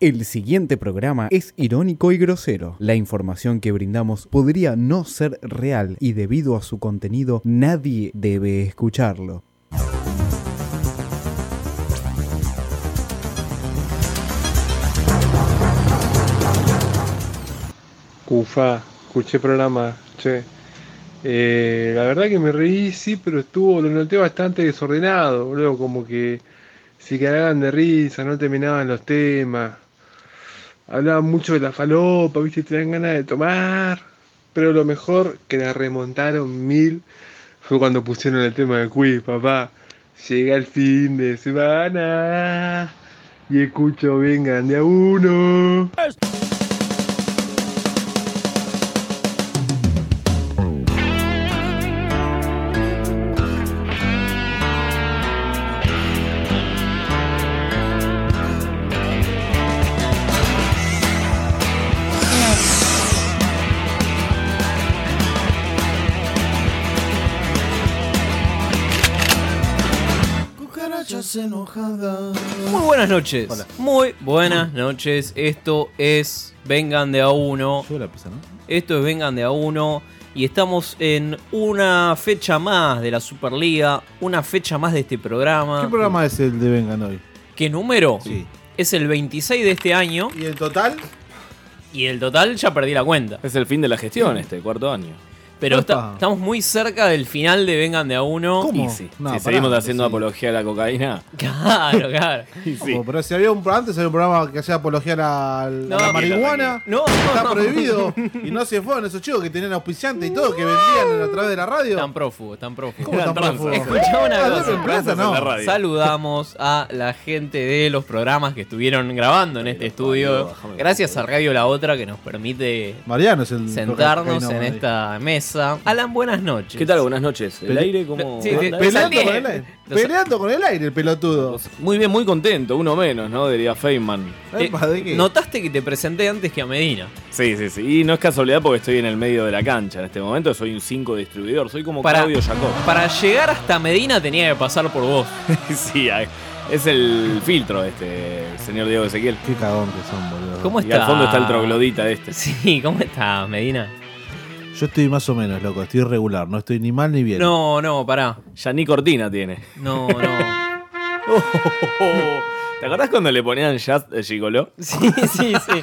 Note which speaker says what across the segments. Speaker 1: El siguiente programa es irónico y grosero. La información que brindamos podría no ser real y debido a su contenido nadie debe escucharlo.
Speaker 2: Ufa, escuché el programa, che. Eh, la verdad que me reí, sí, pero estuvo, lo noté bastante desordenado, boludo, como que se cagaban de risa, no terminaban los temas. Hablaban mucho de la falopa, viste, te dan ganas de tomar. Pero lo mejor que la remontaron mil fue cuando pusieron el tema de quiz, papá. Llega el fin de semana y escucho bien grande a uno.
Speaker 3: Muy buenas noches. Muy buenas noches. Esto es Vengan de a uno. Esto es Vengan de a uno. Y estamos en una fecha más de la Superliga. Una fecha más de este programa.
Speaker 4: ¿Qué programa es el de Vengan hoy?
Speaker 3: ¿Qué número? Es el 26 de este año.
Speaker 4: ¿Y el total?
Speaker 3: Y el total ya perdí la cuenta.
Speaker 5: Es el fin de la gestión este, cuarto año.
Speaker 3: Pero
Speaker 4: Opa.
Speaker 3: esta- estamos muy cerca del final de Vengan de a uno.
Speaker 4: ¿Cómo?
Speaker 5: Y sí,
Speaker 4: No,
Speaker 5: si
Speaker 4: pará,
Speaker 5: seguimos haciendo
Speaker 4: sí.
Speaker 5: apología a la cocaína,
Speaker 3: Claro, claro.
Speaker 5: y sí.
Speaker 4: Ojo, Pero si había un antes había un programa que hacía apología a la, a la
Speaker 3: No,
Speaker 4: marihuana.
Speaker 3: No,
Speaker 4: Está
Speaker 3: no.
Speaker 4: prohibido. Y no se fueron esos chicos que tenían auspiciantes y todo, que vendían a través de la radio.
Speaker 3: Tan prófugo, tan prófugo.
Speaker 4: ¿Cómo tan
Speaker 5: tranza.
Speaker 4: prófugo?
Speaker 3: Escuchá una
Speaker 4: Ah,
Speaker 3: cosa.
Speaker 4: ¿no en plaza?
Speaker 5: en la
Speaker 4: No.
Speaker 5: radio.
Speaker 3: Saludamos a la gente de los programas que estuvieron grabando en este estudio. Gracias a Radio La Otra que nos permite
Speaker 4: Mariano es el.
Speaker 3: sentarnos
Speaker 4: cocaíno,
Speaker 3: en este-
Speaker 4: ahí.
Speaker 3: esta mesa. Alan, buenas noches.
Speaker 5: ¿Qué tal? Buenas noches. ¿El
Speaker 4: Pele-
Speaker 5: aire cómo
Speaker 3: Sí, sí.
Speaker 5: anda?
Speaker 4: Peleando
Speaker 3: Salí.
Speaker 4: con, el aire,
Speaker 3: Los-
Speaker 4: peleando con el aire, el pelotudo.
Speaker 5: Muy bien, muy contento, uno menos, ¿no? Diría Feynman.
Speaker 3: Eh,
Speaker 4: Epa, ¿de qué?
Speaker 3: Notaste que te presenté antes que a Medina.
Speaker 5: Sí, sí, sí. Y no es casualidad porque estoy en el medio de la cancha en este momento. Soy un 5 distribuidor, soy como
Speaker 3: Para-
Speaker 5: Claudio Jacob.
Speaker 3: Para llegar hasta Medina tenía que pasar por vos.
Speaker 5: sí, ahí. es el filtro este, el señor Diego Ezequiel.
Speaker 4: Qué cagón que son, boludo.
Speaker 3: ¿Cómo
Speaker 5: y
Speaker 3: está?
Speaker 5: al fondo está el troglodita este.
Speaker 3: Sí, ¿cómo estás, Medina?
Speaker 4: Yo estoy más o menos, loco. Estoy irregular. No estoy ni mal ni bien.
Speaker 3: No, no, pará.
Speaker 5: Ya ni cortina tiene.
Speaker 3: No, no.
Speaker 5: ¿Te acordás cuando le ponían jazz eh, de Gigoló?
Speaker 3: Sí, sí, sí.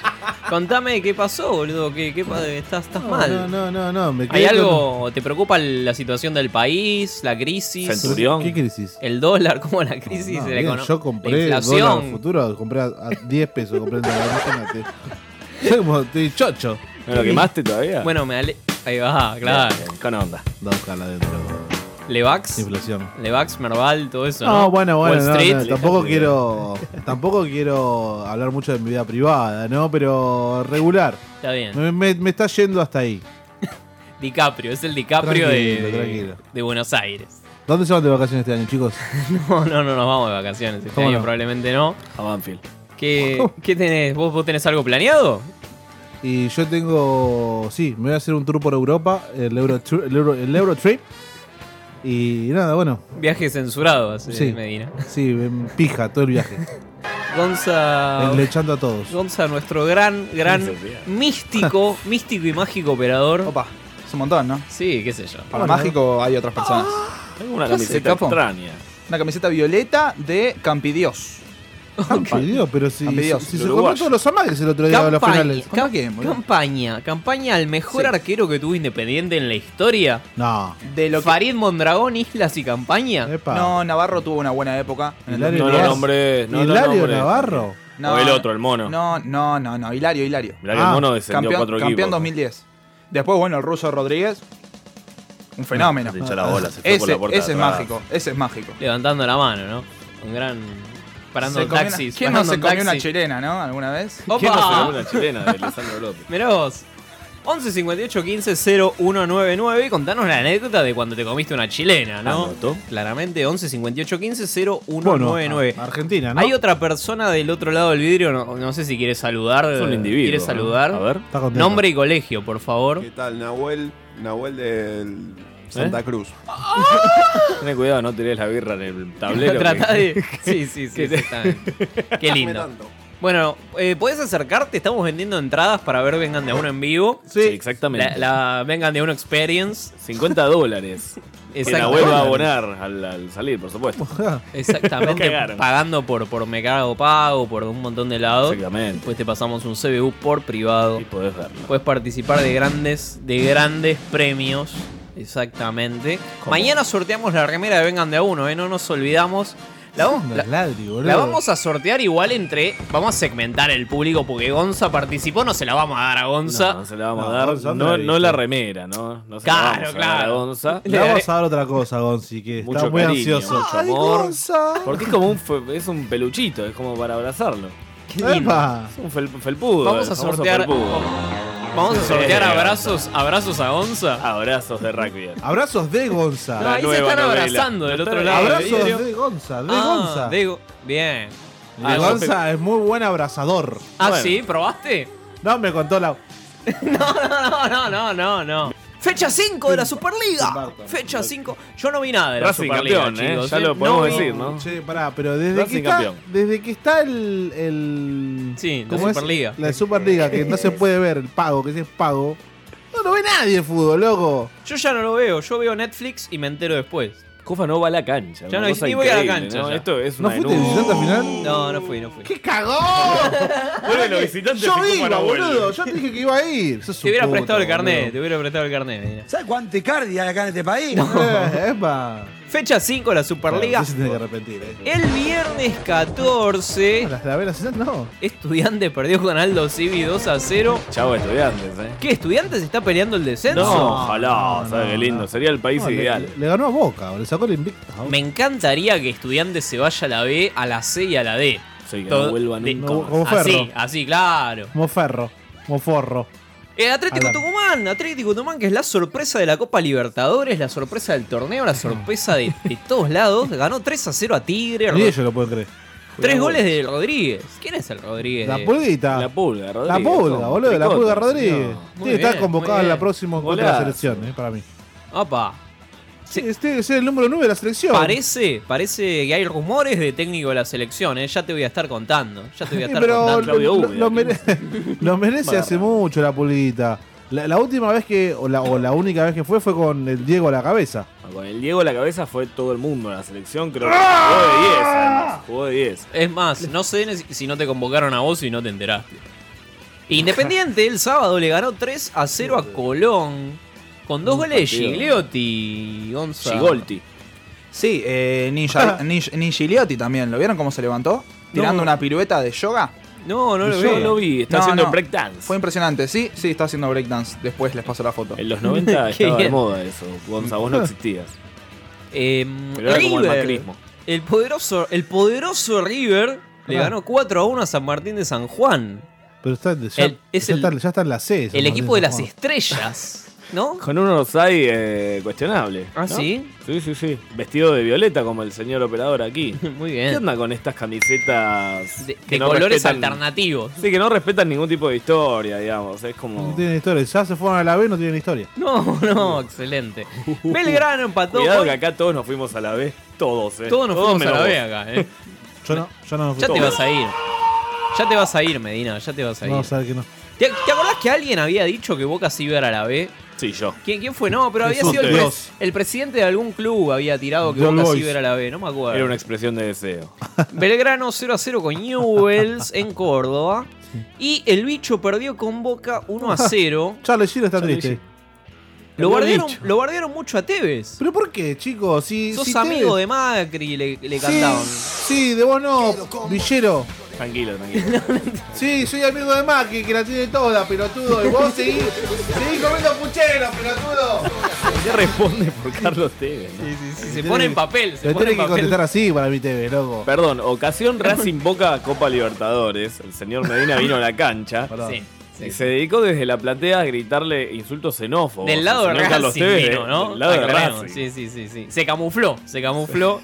Speaker 3: Contame qué pasó, boludo. ¿Qué, qué pa- estás, estás
Speaker 4: No,
Speaker 3: mal.
Speaker 4: No, no, no, no, me
Speaker 3: ¿Hay
Speaker 4: quedé
Speaker 3: algo? ¿Te preocupa la situación del país, la crisis,
Speaker 5: Centurión.
Speaker 4: con- ¿Qué crisis?
Speaker 3: el dólar, cómo la crisis,
Speaker 4: No,
Speaker 3: la
Speaker 4: Ah, bien,
Speaker 3: econo-
Speaker 4: yo
Speaker 3: la
Speaker 4: compré el
Speaker 3: inflación?
Speaker 4: dólar futuro, compré a, a 10 pesos, compré el dólar, imagínate. Soy como, estoy chocho.
Speaker 5: ¿No lo quemaste todavía?
Speaker 3: Bueno, me ale... Ahí va, claro.
Speaker 5: Bien, Con onda.
Speaker 4: Dos calas dentro.
Speaker 3: Levax,
Speaker 4: Inflación.
Speaker 3: Levax, Merval, todo eso.
Speaker 4: No,
Speaker 3: No,
Speaker 4: bueno, bueno,
Speaker 3: Wall
Speaker 4: no,
Speaker 3: Street. eh,
Speaker 4: no, tampoco quiero tampoco quiero hablar mucho de mi vida privada, ¿no? Pero regular.
Speaker 3: Está bien.
Speaker 4: Me, me- me está yendo hasta ahí.
Speaker 3: DiCaprio, es el DiCaprio de-
Speaker 4: Tranquilo,
Speaker 3: de,
Speaker 4: tranquilo.
Speaker 3: de Buenos Aires.
Speaker 4: ¿Dónde se van de vacaciones este año, chicos?
Speaker 3: No, no, no nos vamos de vacaciones. Este
Speaker 4: ¿Cómo
Speaker 3: año
Speaker 4: no?
Speaker 3: probablemente no.
Speaker 5: A Banfield.
Speaker 3: ¿Qué, qué tenés? ¿Vos, ¿Vos tenés algo planeado?
Speaker 4: Y yo tengo. Sí, me voy a hacer un tour por Europa, el Euro, Tour- el Euro, el Euro Trip. Y nada, bueno.
Speaker 3: Viaje censurado, hace
Speaker 4: Sí.
Speaker 3: Medina.
Speaker 4: Sí, en pija todo el viaje.
Speaker 3: Gonza.
Speaker 4: Enlechando a todos.
Speaker 3: Gonza, nuestro gran, gran
Speaker 5: Sí, Sofía.
Speaker 3: místico, místico y mágico operador.
Speaker 6: Opa, es un montón, ¿no?
Speaker 3: Sí, qué sé yo. Ah,
Speaker 6: Para mágico hay otras personas.
Speaker 5: Tengo una
Speaker 6: ¿Qué hace,
Speaker 5: camiseta
Speaker 6: capo?
Speaker 5: extraña.
Speaker 6: Una camiseta violeta de Campidios.
Speaker 4: Ay, Dios, pero si,
Speaker 6: Ambidios,
Speaker 4: si
Speaker 5: el
Speaker 4: se
Speaker 5: uruguayo.
Speaker 4: comió todos los amagres el otro día de los
Speaker 3: Campaña,
Speaker 4: finales.
Speaker 6: ¿Cuándo
Speaker 3: cam-
Speaker 6: quién, boludo?
Speaker 3: campaña, campaña al mejor
Speaker 6: Sí.
Speaker 3: arquero que tuvo Independiente en la historia.
Speaker 4: No.
Speaker 6: De lo que...
Speaker 3: Farid Mondragón, Islas y Campaña.
Speaker 4: Epa.
Speaker 6: No, Navarro tuvo una buena época. en el
Speaker 4: Hilario
Speaker 5: No lo
Speaker 4: Navarro.
Speaker 5: nombré. No lo
Speaker 4: Hilario
Speaker 5: nombré.
Speaker 4: Navarro.
Speaker 6: No.
Speaker 5: O el otro, el mono.
Speaker 6: No, no, no, no. Hilario, Hilario.
Speaker 5: Mirá que el
Speaker 4: Ah,
Speaker 5: mono descendió
Speaker 6: campeón
Speaker 5: cuatro
Speaker 6: campeón
Speaker 5: equipos.
Speaker 6: 2010. Después, bueno, el ruso Rodríguez. Un fenómeno.
Speaker 5: Se hincha la bola, se fue por
Speaker 6: Ese,
Speaker 5: la puerta
Speaker 6: ese
Speaker 5: de
Speaker 6: es
Speaker 5: atrás.
Speaker 6: mágico. Ese es mágico.
Speaker 3: Levantando la mano, ¿no? Un gran. Parando
Speaker 6: Se
Speaker 3: en
Speaker 6: comió una-
Speaker 3: taxis.
Speaker 6: ¿Quién no
Speaker 3: parando
Speaker 6: se
Speaker 3: en
Speaker 6: comió una
Speaker 3: taxis.
Speaker 6: chilena, no? ¿Alguna vez?
Speaker 3: Opa.
Speaker 5: ¿Quién no se comió una chilena de Lisandro López?
Speaker 3: Mirá vos. 11 58 15 0199 y contanos la anécdota de cuando te comiste una chilena, ¿no?
Speaker 5: Anotó.
Speaker 3: Claramente 11 58 15 0199.
Speaker 4: Bueno, Argentina, ¿no?
Speaker 3: Hay otra persona del otro lado del vidrio, no, no sé si quiere saludar. eh,
Speaker 5: Es un individuo.
Speaker 3: ¿Quiere
Speaker 5: ¿no?
Speaker 3: saludar?
Speaker 5: A ver.
Speaker 4: Está contento.
Speaker 3: Nombre y colegio, por favor.
Speaker 7: ¿Qué tal, Nahuel? Nahuel del Santa Cruz.
Speaker 5: Ten ¿Eh? cuidado, no tires la birra en el tablero.
Speaker 3: Tratá
Speaker 5: que-
Speaker 3: de... Sí, sí, sí,
Speaker 5: que-
Speaker 3: exactamente. Qué
Speaker 7: Dame
Speaker 3: lindo.
Speaker 7: tanto.
Speaker 3: Bueno, eh, ¿podés acercarte? Estamos vendiendo entradas para ver Vengan de a Uno en vivo.
Speaker 5: Sí, exactamente.
Speaker 3: La, la Vengan de a Uno Experience.
Speaker 5: 50 dólares. Que la
Speaker 3: Exacto.
Speaker 5: vuelva a abonar al, al salir, por supuesto. Nos
Speaker 3: Exactamente,
Speaker 5: cagaron.
Speaker 3: pagando por, por Me Cago Pago, por un montón de lados.
Speaker 5: Exactamente.
Speaker 3: Después te pasamos un CBU por privado.
Speaker 5: Y podés verlo.
Speaker 3: Puedes participar de grandes, de grandes premios. Exactamente. Mañana sorteamos la remera de Vengan de a uno, ¿eh? no nos olvidamos. La vamos, la-
Speaker 4: ladri, boludo.
Speaker 3: la vamos a sortear igual entre. Vamos a segmentar el público porque Gonza participó, no se la vamos a dar a Gonza.
Speaker 5: No, no se la vamos
Speaker 4: No,
Speaker 5: a dar.
Speaker 4: Gonza,
Speaker 5: no,
Speaker 4: Andrade,
Speaker 5: no
Speaker 4: sí.
Speaker 5: la remera, ¿no? No se la
Speaker 3: Claro,
Speaker 5: vamos a
Speaker 3: claro.
Speaker 5: dar a Gonza.
Speaker 4: Le vamos a dar otra cosa, Gonzi, que está
Speaker 5: Mucho
Speaker 4: muy
Speaker 5: cariño,
Speaker 4: ansioso.
Speaker 5: mucho amor. Porque es como un, fe- es un peluchito, es como para abrazarlo.
Speaker 3: Qué lindo.
Speaker 4: ¡Epa!
Speaker 5: Es un fel- felpudo.
Speaker 3: Vamos a
Speaker 5: el famoso
Speaker 3: sortear.
Speaker 5: felpudo.
Speaker 3: Vamos a sortear
Speaker 5: Sí.
Speaker 3: abrazos, abrazos a Gonza.
Speaker 5: Abrazos de rugby.
Speaker 4: Abrazos de Gonza.
Speaker 3: No, ahí se
Speaker 5: nueva
Speaker 3: están
Speaker 5: novela.
Speaker 3: abrazando del otro lado.
Speaker 4: Abrazos
Speaker 3: vidrio.
Speaker 4: de Gonza, de
Speaker 3: Ah,
Speaker 4: Gonza.
Speaker 3: de Go- Bien.
Speaker 4: De
Speaker 5: Ah, yo
Speaker 4: Gonza es muy buen abrazador.
Speaker 3: Ah,
Speaker 5: Bueno.
Speaker 3: sí, ¿probaste?
Speaker 4: No, me contó la.
Speaker 3: No, no, no, no, no. Fecha 5 de la Superliga. Fecha 5. Yo no vi nada de la
Speaker 5: Racing
Speaker 3: Superliga,
Speaker 5: campeón, ¿eh?
Speaker 3: chicos.
Speaker 5: Ya lo
Speaker 3: No
Speaker 5: podemos
Speaker 3: vi-
Speaker 5: decir, ¿no?
Speaker 4: Che, pará, pero desde
Speaker 5: Racing
Speaker 4: que está,
Speaker 5: campeón.
Speaker 4: desde que está el. el
Speaker 3: Sí, la
Speaker 4: ¿cómo es?
Speaker 3: Superliga.
Speaker 4: La Superliga, que no se puede ver el pago, que si es pago. No lo ve nadie el fútbol, loco.
Speaker 3: Yo ya no lo veo. Yo veo Netflix y me entero después.
Speaker 5: Cofa no va a la cancha.
Speaker 3: Ya
Speaker 5: una
Speaker 3: no,
Speaker 5: cosa
Speaker 3: ni voy a la
Speaker 5: increíble,
Speaker 3: cancha,
Speaker 5: ¿no?
Speaker 3: ya.
Speaker 5: Esto es
Speaker 4: ¿No
Speaker 5: una
Speaker 4: fuiste
Speaker 5: denuncia.
Speaker 4: visitante al final?
Speaker 3: No, no fui, no fui.
Speaker 4: ¡Qué cagón!
Speaker 5: Vuelven los visitantes
Speaker 4: Yo
Speaker 5: y Cofa
Speaker 4: iba,
Speaker 5: no vuelve.
Speaker 4: boludo. Yo te dije que iba a ir. Sos
Speaker 3: Te hubiera
Speaker 4: un puto,
Speaker 3: prestado el carnet,
Speaker 4: boludo.
Speaker 3: te hubiera prestado el carnet. mira.
Speaker 8: ¿Sabes cuánto Icardi hay acá en este país?
Speaker 4: Eh, epa.
Speaker 3: Fecha 5 de la Superliga.
Speaker 4: No se tiene que arrepentir, eh.
Speaker 3: El viernes 14,
Speaker 4: Las de la Vela César, no.
Speaker 3: Estudiante perdió con Aldo Civi 2 a 0.
Speaker 5: Chavo estudiantes, ¿eh?
Speaker 3: ¿Qué? ¿Estudiantes está peleando el
Speaker 5: No,
Speaker 3: descenso?
Speaker 5: ojalá,
Speaker 4: no,
Speaker 5: ¿sabes qué
Speaker 4: no,
Speaker 5: lindo?
Speaker 4: no.
Speaker 5: Sería el país
Speaker 4: No, le-
Speaker 5: ideal.
Speaker 4: Le, ganó a Boca, le sacó el invicto.
Speaker 3: Me encantaría que Estudiantes se vaya a la B, a la C y a la D.
Speaker 5: Sí, que
Speaker 3: Todo-
Speaker 5: no vuelvan
Speaker 3: de-
Speaker 5: nunca
Speaker 4: no-
Speaker 5: más.
Speaker 4: como Ferro.
Speaker 3: Así, así, claro.
Speaker 4: Como ferro, como forro.
Speaker 3: El Atlético
Speaker 4: Alan.
Speaker 3: Tucumán, Atlético Tucumán, que es la sorpresa de la Copa Libertadores, la sorpresa del torneo, la sorpresa de, de todos lados. Ganó 3 a 0 a Tigre.
Speaker 4: Ni ellos lo pueden creer.
Speaker 3: Tres goles de Rodríguez. ¿Quién es el Rodríguez?
Speaker 4: La pulguita.
Speaker 5: La pulga,
Speaker 4: La
Speaker 5: Rodríguez.
Speaker 4: pulga,
Speaker 5: no,
Speaker 4: boludo, la
Speaker 5: Tricota,
Speaker 4: pulga Rodríguez.
Speaker 5: no.
Speaker 3: Muy
Speaker 4: Tiene que estar
Speaker 3: bien, muy
Speaker 4: convocado en
Speaker 3: bien.
Speaker 4: la próxima encuentro de la
Speaker 5: Golazo.
Speaker 4: selección, eh, para mí.
Speaker 3: Opa. Sí.
Speaker 4: Sí. tiene que ser el número 9 de la selección.
Speaker 3: Parece, parece que hay rumores de técnico de la selección, ¿eh? ya te voy a estar contando. Ya te voy a
Speaker 4: Sí,
Speaker 3: estar
Speaker 4: Eh, pero
Speaker 3: contando.
Speaker 4: lo,
Speaker 5: Claudio
Speaker 4: lo-
Speaker 5: Ubeda,
Speaker 4: lo
Speaker 3: eh.
Speaker 5: ¿no?
Speaker 4: mere- lo merece hace mucho la pulguita. La, la última vez que, o la, o la única vez que fue, fue con el Diego a la cabeza.
Speaker 5: Con el Diego a la cabeza fue todo el mundo en la selección, creo que
Speaker 4: Ah.
Speaker 5: jugó de 10, además. Jugó de 10.
Speaker 3: Es más, no sé ni si- si no te convocaron a vos y no te enteraste. Independiente el sábado le ganó 3 a 0 a Colón. Con dos
Speaker 5: Un
Speaker 3: goles de
Speaker 5: partido.
Speaker 3: Gigliotti, Gonza.
Speaker 5: Gigolti.
Speaker 8: Sí, eh, Ninja, Ninja- Ningiliotti también. ¿Lo vieron cómo se levantó? Tirando
Speaker 3: No.
Speaker 8: una pirueta de yoga.
Speaker 3: No, no lo
Speaker 5: Yo
Speaker 3: veo.
Speaker 5: lo vi, está
Speaker 8: No,
Speaker 5: haciendo
Speaker 8: no.
Speaker 5: breakdance.
Speaker 8: Fue impresionante. Sí, sí, está haciendo breakdance. Después les paso la foto.
Speaker 5: En los 90
Speaker 3: Qué
Speaker 5: estaba de
Speaker 3: bien.
Speaker 5: moda eso. Gonza, vos no existías.
Speaker 3: Em,
Speaker 5: Pero era como el
Speaker 3: River,
Speaker 5: macrismo.
Speaker 3: el poderoso, el poderoso River le
Speaker 4: Ah.
Speaker 3: ganó 4 a 1 a San Martín de San Juan.
Speaker 4: Pero está, ya,
Speaker 3: El- es
Speaker 4: ya
Speaker 3: el-
Speaker 4: está, ya está en la C. San
Speaker 3: El
Speaker 4: Martín
Speaker 3: equipo de
Speaker 4: San
Speaker 3: las
Speaker 4: Juan.
Speaker 3: estrellas, ¿no?
Speaker 5: Con un Orsay eh, cuestionable.
Speaker 3: Ah,
Speaker 5: ¿no?
Speaker 3: ¿sí?
Speaker 5: Sí, sí, sí. Vestido de violeta como el señor operador aquí.
Speaker 3: Muy
Speaker 5: ¿Qué
Speaker 3: bien.
Speaker 5: onda con estas camisetas
Speaker 3: De,
Speaker 5: que
Speaker 3: de
Speaker 5: no
Speaker 3: colores
Speaker 5: respetan-
Speaker 3: alternativos.
Speaker 5: Sí, que no respetan ningún tipo de historia, digamos. Es
Speaker 4: No
Speaker 5: como.
Speaker 4: tienen historia. Ya se fueron a la B, no tienen historia.
Speaker 3: No, no, excelente. Belgrano empató.
Speaker 5: Cuidado
Speaker 3: con-
Speaker 5: que acá todos nos fuimos a la vez. Todos, ¿eh?
Speaker 3: Todos nos fuimos a
Speaker 5: menos
Speaker 3: la
Speaker 5: vos.
Speaker 3: B acá, eh.
Speaker 4: Yo no, yo no.
Speaker 3: Ya te vas a ir. Ya te vas a ir, Medina, ya te vas a ir.
Speaker 4: No, sabe que no.
Speaker 3: ¿Te, te acordás que alguien había dicho que Boca se iba a ir a la B?
Speaker 5: Sí, yo.
Speaker 3: ¿Quién, quién fue? No, pero había
Speaker 4: Jesús
Speaker 3: sido el,
Speaker 5: de
Speaker 3: pre-
Speaker 4: Dios.
Speaker 3: el presidente de algún club había tirado Oh, que
Speaker 4: John
Speaker 3: Boca se
Speaker 4: Boyce.
Speaker 3: iba a ir a la B, no me acuerdo.
Speaker 5: Era una expresión de deseo.
Speaker 3: Belgrano 0 a 0 con Newells en Córdoba. Y el bicho perdió con Boca 1 a 0.
Speaker 4: Charlie Sheen está
Speaker 5: Charlie
Speaker 4: triste.
Speaker 3: Lo
Speaker 5: Perdió
Speaker 3: bardearon,
Speaker 5: el bicho.
Speaker 3: lo bardearon mucho a Tevez.
Speaker 4: ¿Pero por qué, chicos? Si,
Speaker 3: Sos
Speaker 4: si
Speaker 3: amigo
Speaker 4: te-
Speaker 3: de Macri, le, le
Speaker 4: Sí,
Speaker 3: cantaban.
Speaker 4: Sí, de vos no, Villero.
Speaker 5: Tranquilo, tranquilo.
Speaker 4: Sí, soy amigo de Maki, que la tiene toda, pelotudo. Y vos seguís, seguís comiendo puchero, pelotudo.
Speaker 5: ¿Qué responde por Carlos Tevez? no?
Speaker 3: Se pone en papel, se
Speaker 4: Lo
Speaker 3: pone
Speaker 4: tenés
Speaker 3: en
Speaker 4: que
Speaker 3: papel.
Speaker 4: contestar así para mi TV, loco.
Speaker 5: Perdón, ocasión Racing Boca Copa Libertadores. El señor Medina vino a la cancha.
Speaker 4: Perdón.
Speaker 3: Sí.
Speaker 5: Y se dedicó desde la platea a gritarle insultos xenófobos.
Speaker 3: Del lado de
Speaker 5: Al señor Carlos
Speaker 3: Racing
Speaker 5: Tevez,
Speaker 3: vino, ¿no?
Speaker 5: Del lado de
Speaker 3: Aclaremos.
Speaker 5: Racing.
Speaker 3: Sí, sí, sí, sí. Se camufló, se camufló.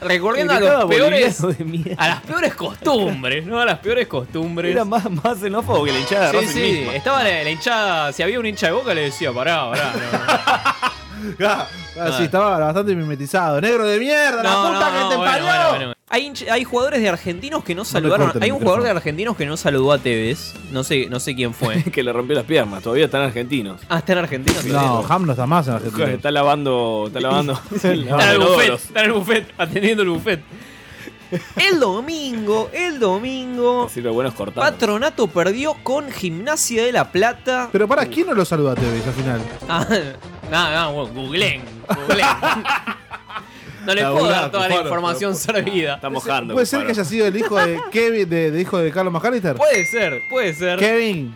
Speaker 3: Recorriendo a
Speaker 5: Gritaba
Speaker 3: los peores.
Speaker 5: boliviano de mierda.
Speaker 3: A las peores costumbres, ¿no? A las peores costumbres.
Speaker 5: Era más, más xenófobo que la hinchada de
Speaker 3: Sí,
Speaker 5: Racing
Speaker 3: sí.
Speaker 5: misma.
Speaker 3: Estaba la, la hinchada. Si había un hincha de boca, le decía, pará, pará. no, no.
Speaker 4: Ah, ah, sí, estaba bastante mimetizado. ¡Negro de mierda! ¡La puta que te
Speaker 3: bueno,
Speaker 4: parió!
Speaker 3: bueno, bueno. Hay, hinch- hay jugadores de argentinos que no saludaron.
Speaker 4: corten el
Speaker 3: hay un jugador
Speaker 4: micrófono.
Speaker 3: de argentinos que no saludó a Tevez. No sé, no sé quién fue.
Speaker 5: que le rompió las piernas, todavía están argentinos.
Speaker 3: ah, está en Argentina.
Speaker 4: No, Ham no está más en Argentina.
Speaker 5: Está lavando. Está lavando.
Speaker 3: Está en el
Speaker 5: lavando
Speaker 3: buffet,
Speaker 5: inodoros.
Speaker 3: está en el buffet, atendiendo el buffet. El domingo, el domingo,
Speaker 5: Así lo bueno es cortar.
Speaker 3: Patronato perdió con Gimnasia de la Plata.
Speaker 4: Pero para, ¿quién no lo saluda a Tevez al final?
Speaker 3: Ah, nada, no, bueno, googleen, googleen. No les puedo dar toda la
Speaker 4: Laburato,
Speaker 3: información servida.
Speaker 5: Está mojando.
Speaker 4: ¿Puede ser que
Speaker 5: compadre.
Speaker 4: haya sido el hijo de Kevin, de, de hijo de Carlos McAllister?
Speaker 3: Puede ser, puede ser.
Speaker 4: Kevin.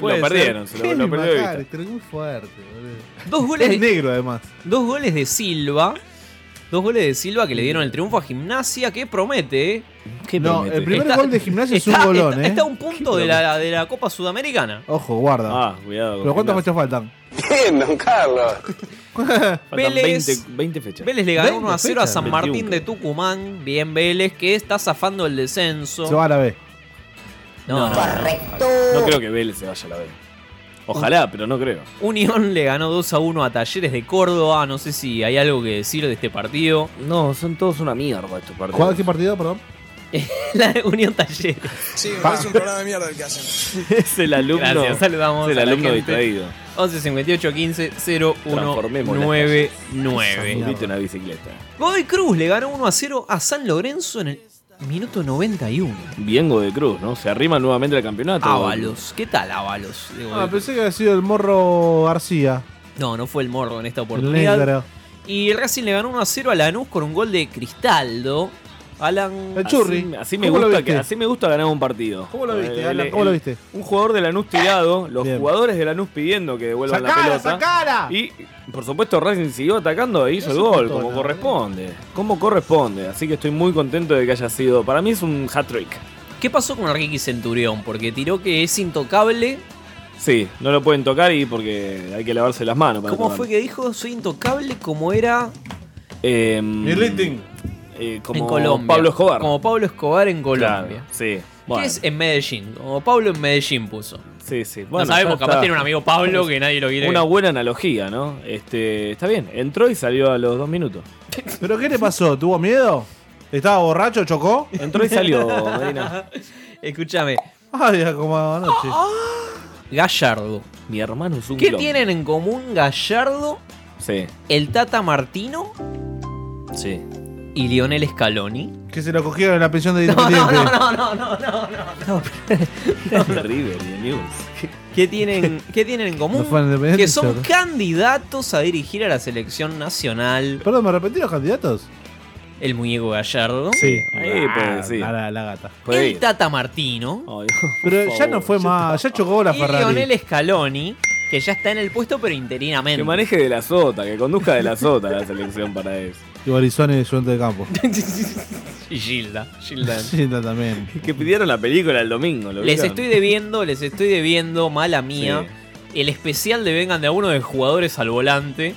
Speaker 3: puede
Speaker 5: Lo
Speaker 3: ser.
Speaker 5: perdieron, se lo, lo
Speaker 4: Kevin
Speaker 5: perdió de vista.
Speaker 4: McAllister, muy fuerte, boludo.
Speaker 3: Dos goles
Speaker 4: Es
Speaker 3: de
Speaker 4: negro además.
Speaker 3: Dos goles de Silva. Dos goles de Silva que le dieron el triunfo a Gimnasia, que promete. ¿eh?
Speaker 4: Mm. No, el primer
Speaker 3: Está-
Speaker 4: gol de gimnasia es un
Speaker 3: Está-
Speaker 4: golón,
Speaker 3: está-
Speaker 4: eh.
Speaker 3: está a un punto de la, de la Copa Sudamericana.
Speaker 4: Ojo, guarda.
Speaker 5: Ah, cuidado. con
Speaker 4: ¿Pero cuántas
Speaker 5: gimnasia.
Speaker 4: fechas faltan?
Speaker 5: Faltan
Speaker 3: Vélez-
Speaker 5: 20, 20 fechas.
Speaker 3: Vélez le ganó
Speaker 4: 20
Speaker 3: 1 a 0 a
Speaker 4: fechas,
Speaker 3: San Martín
Speaker 5: 21
Speaker 3: de Tucumán. Bien Vélez, que está zafando el descenso.
Speaker 4: Se va a la B.
Speaker 3: No, no.
Speaker 5: No creo que Vélez se vaya a la B. Ojalá, pero no creo.
Speaker 3: Unión le ganó 2 a 1 a Talleres de Córdoba. No sé si hay algo que decir de este partido.
Speaker 5: No, son todos una mierda estos partidos.
Speaker 4: ¿Cuál qué partido, perdón?
Speaker 3: La de Unión Talleres.
Speaker 9: Sí, me parece un programa de mierda el que hacen.
Speaker 5: es el alumno?
Speaker 3: Gracias, saludamos.
Speaker 5: es el
Speaker 3: a la
Speaker 5: alumno
Speaker 3: gente.
Speaker 5: distraído.
Speaker 3: 11 58 15
Speaker 5: Transformemos
Speaker 3: 01
Speaker 5: las
Speaker 3: 99.
Speaker 5: Subiste una bicicleta.
Speaker 3: Godoy Cruz le ganó 1 a 0 a San Lorenzo en el minuto 91.
Speaker 5: Bien de Cruz, ¿no? Se arrima nuevamente al campeonato.
Speaker 3: Ábalos, ¿qué tal Ábalos? de Godoy
Speaker 4: Ah,
Speaker 3: Cruz?
Speaker 4: pensé que había sido el morro García.
Speaker 3: No, no fue el morro en esta
Speaker 4: El
Speaker 3: oportunidad.
Speaker 4: negro.
Speaker 3: Y el Racing le ganó 1 a 0 a Lanús con un gol de Cristaldo. Alan.
Speaker 4: El
Speaker 5: Así,
Speaker 4: churri.
Speaker 5: así me
Speaker 4: ¿Cómo lo
Speaker 5: gusta
Speaker 4: viste?
Speaker 5: que, así me gusta ganar un partido.
Speaker 4: ¿Cómo lo viste,
Speaker 5: El-
Speaker 4: Alan?
Speaker 5: el-
Speaker 4: ¿Cómo lo viste?
Speaker 5: Un jugador de Lanús tirado, los
Speaker 4: Bien.
Speaker 5: jugadores de Lanús pidiendo que devuelvan la
Speaker 4: ¡Sacala,
Speaker 5: pelota.
Speaker 4: sacala!
Speaker 5: Y por supuesto Racing siguió atacando e hizo el
Speaker 4: Eso
Speaker 5: gol,
Speaker 4: es
Speaker 5: como
Speaker 4: tona,
Speaker 5: corresponde. Como corresponde. Así que estoy muy contento de que haya sido. Para mí es un hat trick.
Speaker 3: ¿Qué pasó con Ricky Centurión? Porque tiró que es intocable.
Speaker 5: Sí, no lo pueden tocar y porque hay que lavarse las manos. Para
Speaker 3: ¿Cómo fue que dijo? Soy intocable como era
Speaker 5: Militín. Em, eh, como
Speaker 3: en Colombia.
Speaker 5: Pablo Escobar.
Speaker 3: Como Pablo Escobar en
Speaker 5: Claro,
Speaker 3: Colombia.
Speaker 5: sí.
Speaker 3: ¿Qué
Speaker 5: Bueno,
Speaker 3: es en Medellín? Como Pablo en Medellín puso.
Speaker 5: Sí, sí.
Speaker 3: No
Speaker 5: Bueno,
Speaker 3: sabemos,
Speaker 5: ya
Speaker 3: capaz
Speaker 5: está.
Speaker 3: tiene un amigo Pablo que nadie lo quiere.
Speaker 5: Una buena analogía, ¿no? Este, está bien, entró y salió a los dos minutos.
Speaker 4: ¿Pero qué le pasó? ¿Tuvo miedo? ¿Estaba borracho? ¿Chocó?
Speaker 5: Entró y salió, Medina.
Speaker 3: Escúchame,
Speaker 4: Ay, como anoche.
Speaker 3: Gallardo.
Speaker 5: Mi hermano es un
Speaker 3: ¿Qué
Speaker 5: clon.
Speaker 3: tienen en común Gallardo,
Speaker 5: Sí,
Speaker 3: el Tata Martino
Speaker 5: sí.
Speaker 3: y Lionel Scaloni?
Speaker 4: Que se lo cogieron en la pensión de
Speaker 3: No, no,
Speaker 4: independiente.
Speaker 3: no, no, no, no, no, no.
Speaker 5: River y News.
Speaker 3: ¿Qué tienen, qué tienen en común?
Speaker 4: ¿No fue en Independiente,
Speaker 3: que son
Speaker 4: Gallardo?
Speaker 3: candidatos a dirigir a la selección nacional.
Speaker 4: Perdón, ¿me arrepentí los candidatos?
Speaker 3: El muñeco Gallardo. Ah,
Speaker 5: Sí, ahí pues, sí.
Speaker 4: La, la- la gata.
Speaker 5: Puede
Speaker 3: El
Speaker 5: ir.
Speaker 3: Tata Martino.
Speaker 5: Ay,
Speaker 4: Pero
Speaker 5: por
Speaker 4: ya no
Speaker 5: favor.
Speaker 4: fue más, ya chocó la
Speaker 3: Y
Speaker 4: Ferrari.
Speaker 3: Lionel Scaloni, que ya está en el puesto pero interinamente.
Speaker 5: Que maneje de la sota, que conduzca de la sota la selección para eso.
Speaker 4: Y Barizone, ayudante de campo.
Speaker 3: Y Gilda. Gilda.
Speaker 4: Gilda también.
Speaker 5: Que pidieron la película el domingo, ¿lo
Speaker 3: Les
Speaker 5: vieron?
Speaker 3: estoy debiendo, les estoy debiendo, mala mía, el especial de Vengan de a uno de jugadores al volante.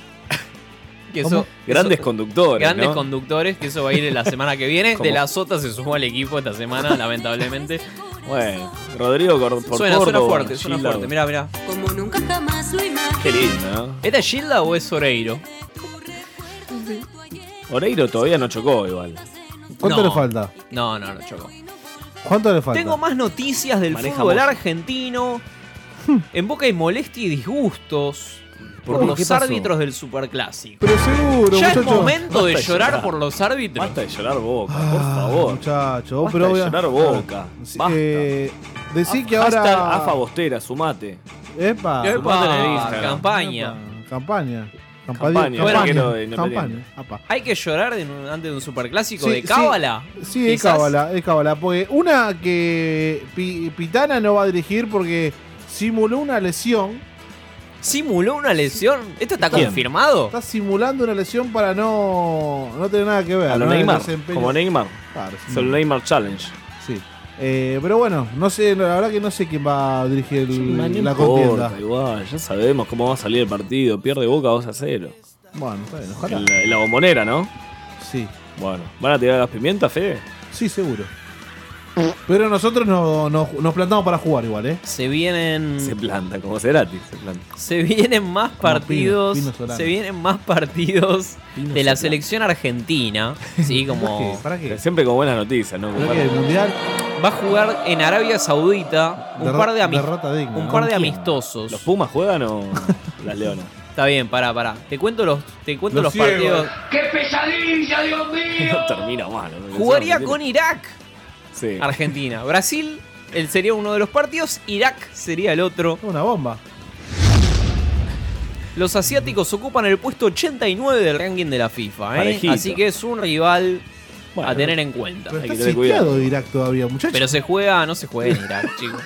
Speaker 3: Que eso-
Speaker 4: ¿Cómo?
Speaker 3: eso-
Speaker 5: Grandes conductores,
Speaker 3: grandes
Speaker 5: ¿no?
Speaker 3: conductores, que eso va a ir la semana que viene.
Speaker 5: ¿Cómo?
Speaker 3: De la Sota se sumó al equipo esta semana, lamentablemente.
Speaker 5: Bueno, Rodrigo Cor- por
Speaker 3: suena, suena
Speaker 5: Córdoba,
Speaker 3: fuerte, suena
Speaker 5: Gilda.
Speaker 3: fuerte. Mirá, mirá.
Speaker 10: Como nunca jamás lo imaginé.
Speaker 5: Qué lindo, ¿no?
Speaker 3: ¿Esta es Gilda o es Oreiro?
Speaker 5: Oreiro todavía no chocó igual.
Speaker 4: ¿Cuánto
Speaker 3: No.
Speaker 4: le falta?
Speaker 3: No, no, no, chocó.
Speaker 4: ¿Cuánto le falta?
Speaker 3: Tengo más noticias del
Speaker 5: Maneja
Speaker 3: fútbol
Speaker 5: vos.
Speaker 3: argentino.
Speaker 4: Hmm.
Speaker 3: En boca hay molestia y disgustos por,
Speaker 5: ¿Por qué? ¿Qué
Speaker 3: los
Speaker 5: pasó?
Speaker 3: árbitros del superclásico.
Speaker 4: Pero seguro,
Speaker 3: Ya es
Speaker 4: muchacho.
Speaker 3: momento de
Speaker 5: Basta de
Speaker 3: llorar
Speaker 5: llorar.
Speaker 3: por los árbitros.
Speaker 5: Basta de llorar boca,
Speaker 4: Ah,
Speaker 5: por favor.
Speaker 4: Muchacho, vos,
Speaker 5: Basta
Speaker 4: pero
Speaker 5: de
Speaker 4: obvia-
Speaker 5: llorar boca.
Speaker 4: Sí,
Speaker 5: Basta.
Speaker 4: eh, decí que
Speaker 5: Hashtag
Speaker 4: ahora.
Speaker 5: AFA Bostera, sumate.
Speaker 4: Epa.
Speaker 5: Epa.
Speaker 3: Epa,
Speaker 5: Ponte en el Instagram.
Speaker 3: campaña.
Speaker 4: Epa. Campaña.
Speaker 5: Campaña,
Speaker 4: Campaña.
Speaker 5: arquero de
Speaker 4: Campaña.
Speaker 5: Independiente.
Speaker 4: Campaña. Apa.
Speaker 3: Hay que llorar de un- antes de un superclásico
Speaker 4: Sí,
Speaker 3: de
Speaker 4: sí.
Speaker 3: cábala.
Speaker 4: Sí, es
Speaker 3: Quizás.
Speaker 4: cábala, es cábala. Porque una que Pi- Pitana no va a dirigir porque simuló una lesión.
Speaker 3: Simuló una lesión. ¿Esto está
Speaker 5: ¿Quién?
Speaker 3: confirmado?
Speaker 4: Está simulando una lesión para no, no tener nada que ver.
Speaker 5: A lo
Speaker 4: ¿no? El
Speaker 5: Neymar,
Speaker 4: desempeño.
Speaker 5: como Neymar.
Speaker 4: Claro,
Speaker 5: Es el Neymar Challenge.
Speaker 4: sí. Eh, pero bueno, no sé, la verdad que no sé quién va a dirigir el-
Speaker 5: No
Speaker 4: la
Speaker 5: importa,
Speaker 4: contienda.
Speaker 5: Igual, ya sabemos cómo va a salir el partido. Pierde Boca 2 a 0.
Speaker 4: Bueno, está bien, ojalá.
Speaker 5: En la, en la bombonera, ¿no?
Speaker 4: Sí,
Speaker 5: Bueno, ¿van a tirar las pimientas, Fede?
Speaker 4: sí, seguro. Pero nosotros no- no- nos plantamos para jugar igual, ¿eh?
Speaker 3: Se vienen.
Speaker 5: Se planta, como Cerati. Se planta.
Speaker 3: Se vienen más partidos.
Speaker 4: Pino Solano.
Speaker 3: se vienen más partidos
Speaker 4: Pino
Speaker 3: de la
Speaker 4: Solano.
Speaker 3: selección argentina. Sí, como.
Speaker 4: ¿Para qué?
Speaker 5: Siempre con buenas noticias, ¿no?
Speaker 4: ¿Para qué? ¿El mundial?
Speaker 3: Va a jugar en Arabia Saudita un
Speaker 4: Derro-
Speaker 3: par de, ami-
Speaker 4: derrota digna,
Speaker 3: un
Speaker 4: ¿no?
Speaker 3: par de
Speaker 4: ¿Con quién?
Speaker 3: amistosos.
Speaker 5: ¿Los Pumas juegan o las Leonas?
Speaker 3: Está bien, pará, pará. Te cuento los, te cuento los,
Speaker 4: Los ciegos.
Speaker 3: partidos.
Speaker 5: No termina mal. ¿no?
Speaker 3: Jugaría con Irak,
Speaker 5: Sí.
Speaker 3: Argentina. Brasil él sería uno de los partidos, Irak sería el otro.
Speaker 4: Es Una bomba.
Speaker 3: Los asiáticos ocupan el puesto 89 del ranking de la FIFA, ¿eh?
Speaker 5: Parejito.
Speaker 3: así que es un rival
Speaker 5: Bueno,
Speaker 3: a tener en cuenta.
Speaker 4: Pero
Speaker 5: Hay que
Speaker 4: está
Speaker 5: tener cuidado.
Speaker 4: sitiado Irak todavía, muchachos.
Speaker 3: Pero se juega, no se juega en Irak, chicos.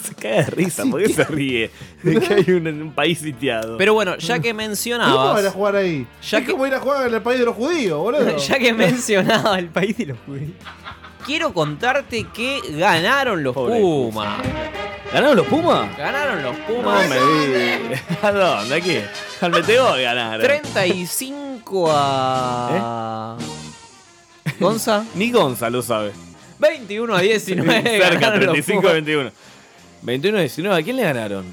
Speaker 5: Se cae de risa, ¿por qué se ríe? De que hay un, un país sitiado.
Speaker 3: Pero bueno, ya que
Speaker 4: ¿Cómo van a ir a
Speaker 3: mencionabas,
Speaker 4: jugar ahí?
Speaker 3: Ya
Speaker 4: es
Speaker 3: que-
Speaker 4: como ir a jugar en el país de los judíos, boludo.
Speaker 3: ya que mencionaba el país de los judíos, quiero contarte que ganaron los
Speaker 5: Pobre
Speaker 3: Pumas.
Speaker 5: ¿Ganaron los Pumas?
Speaker 3: Ganaron los
Speaker 5: No
Speaker 3: Pumas.
Speaker 5: me di. ¿A dónde? ¿Aquí? Al Meteor ganaron.
Speaker 3: 35 a. Gonza.
Speaker 5: ¿Eh? Ni Gonzalo sabe.
Speaker 3: 21 a 19.
Speaker 5: ¿Eh? Cerca,
Speaker 3: ganaron los
Speaker 5: 35
Speaker 3: Pumas.
Speaker 5: 21. 21 19, ¿a quién le ganaron?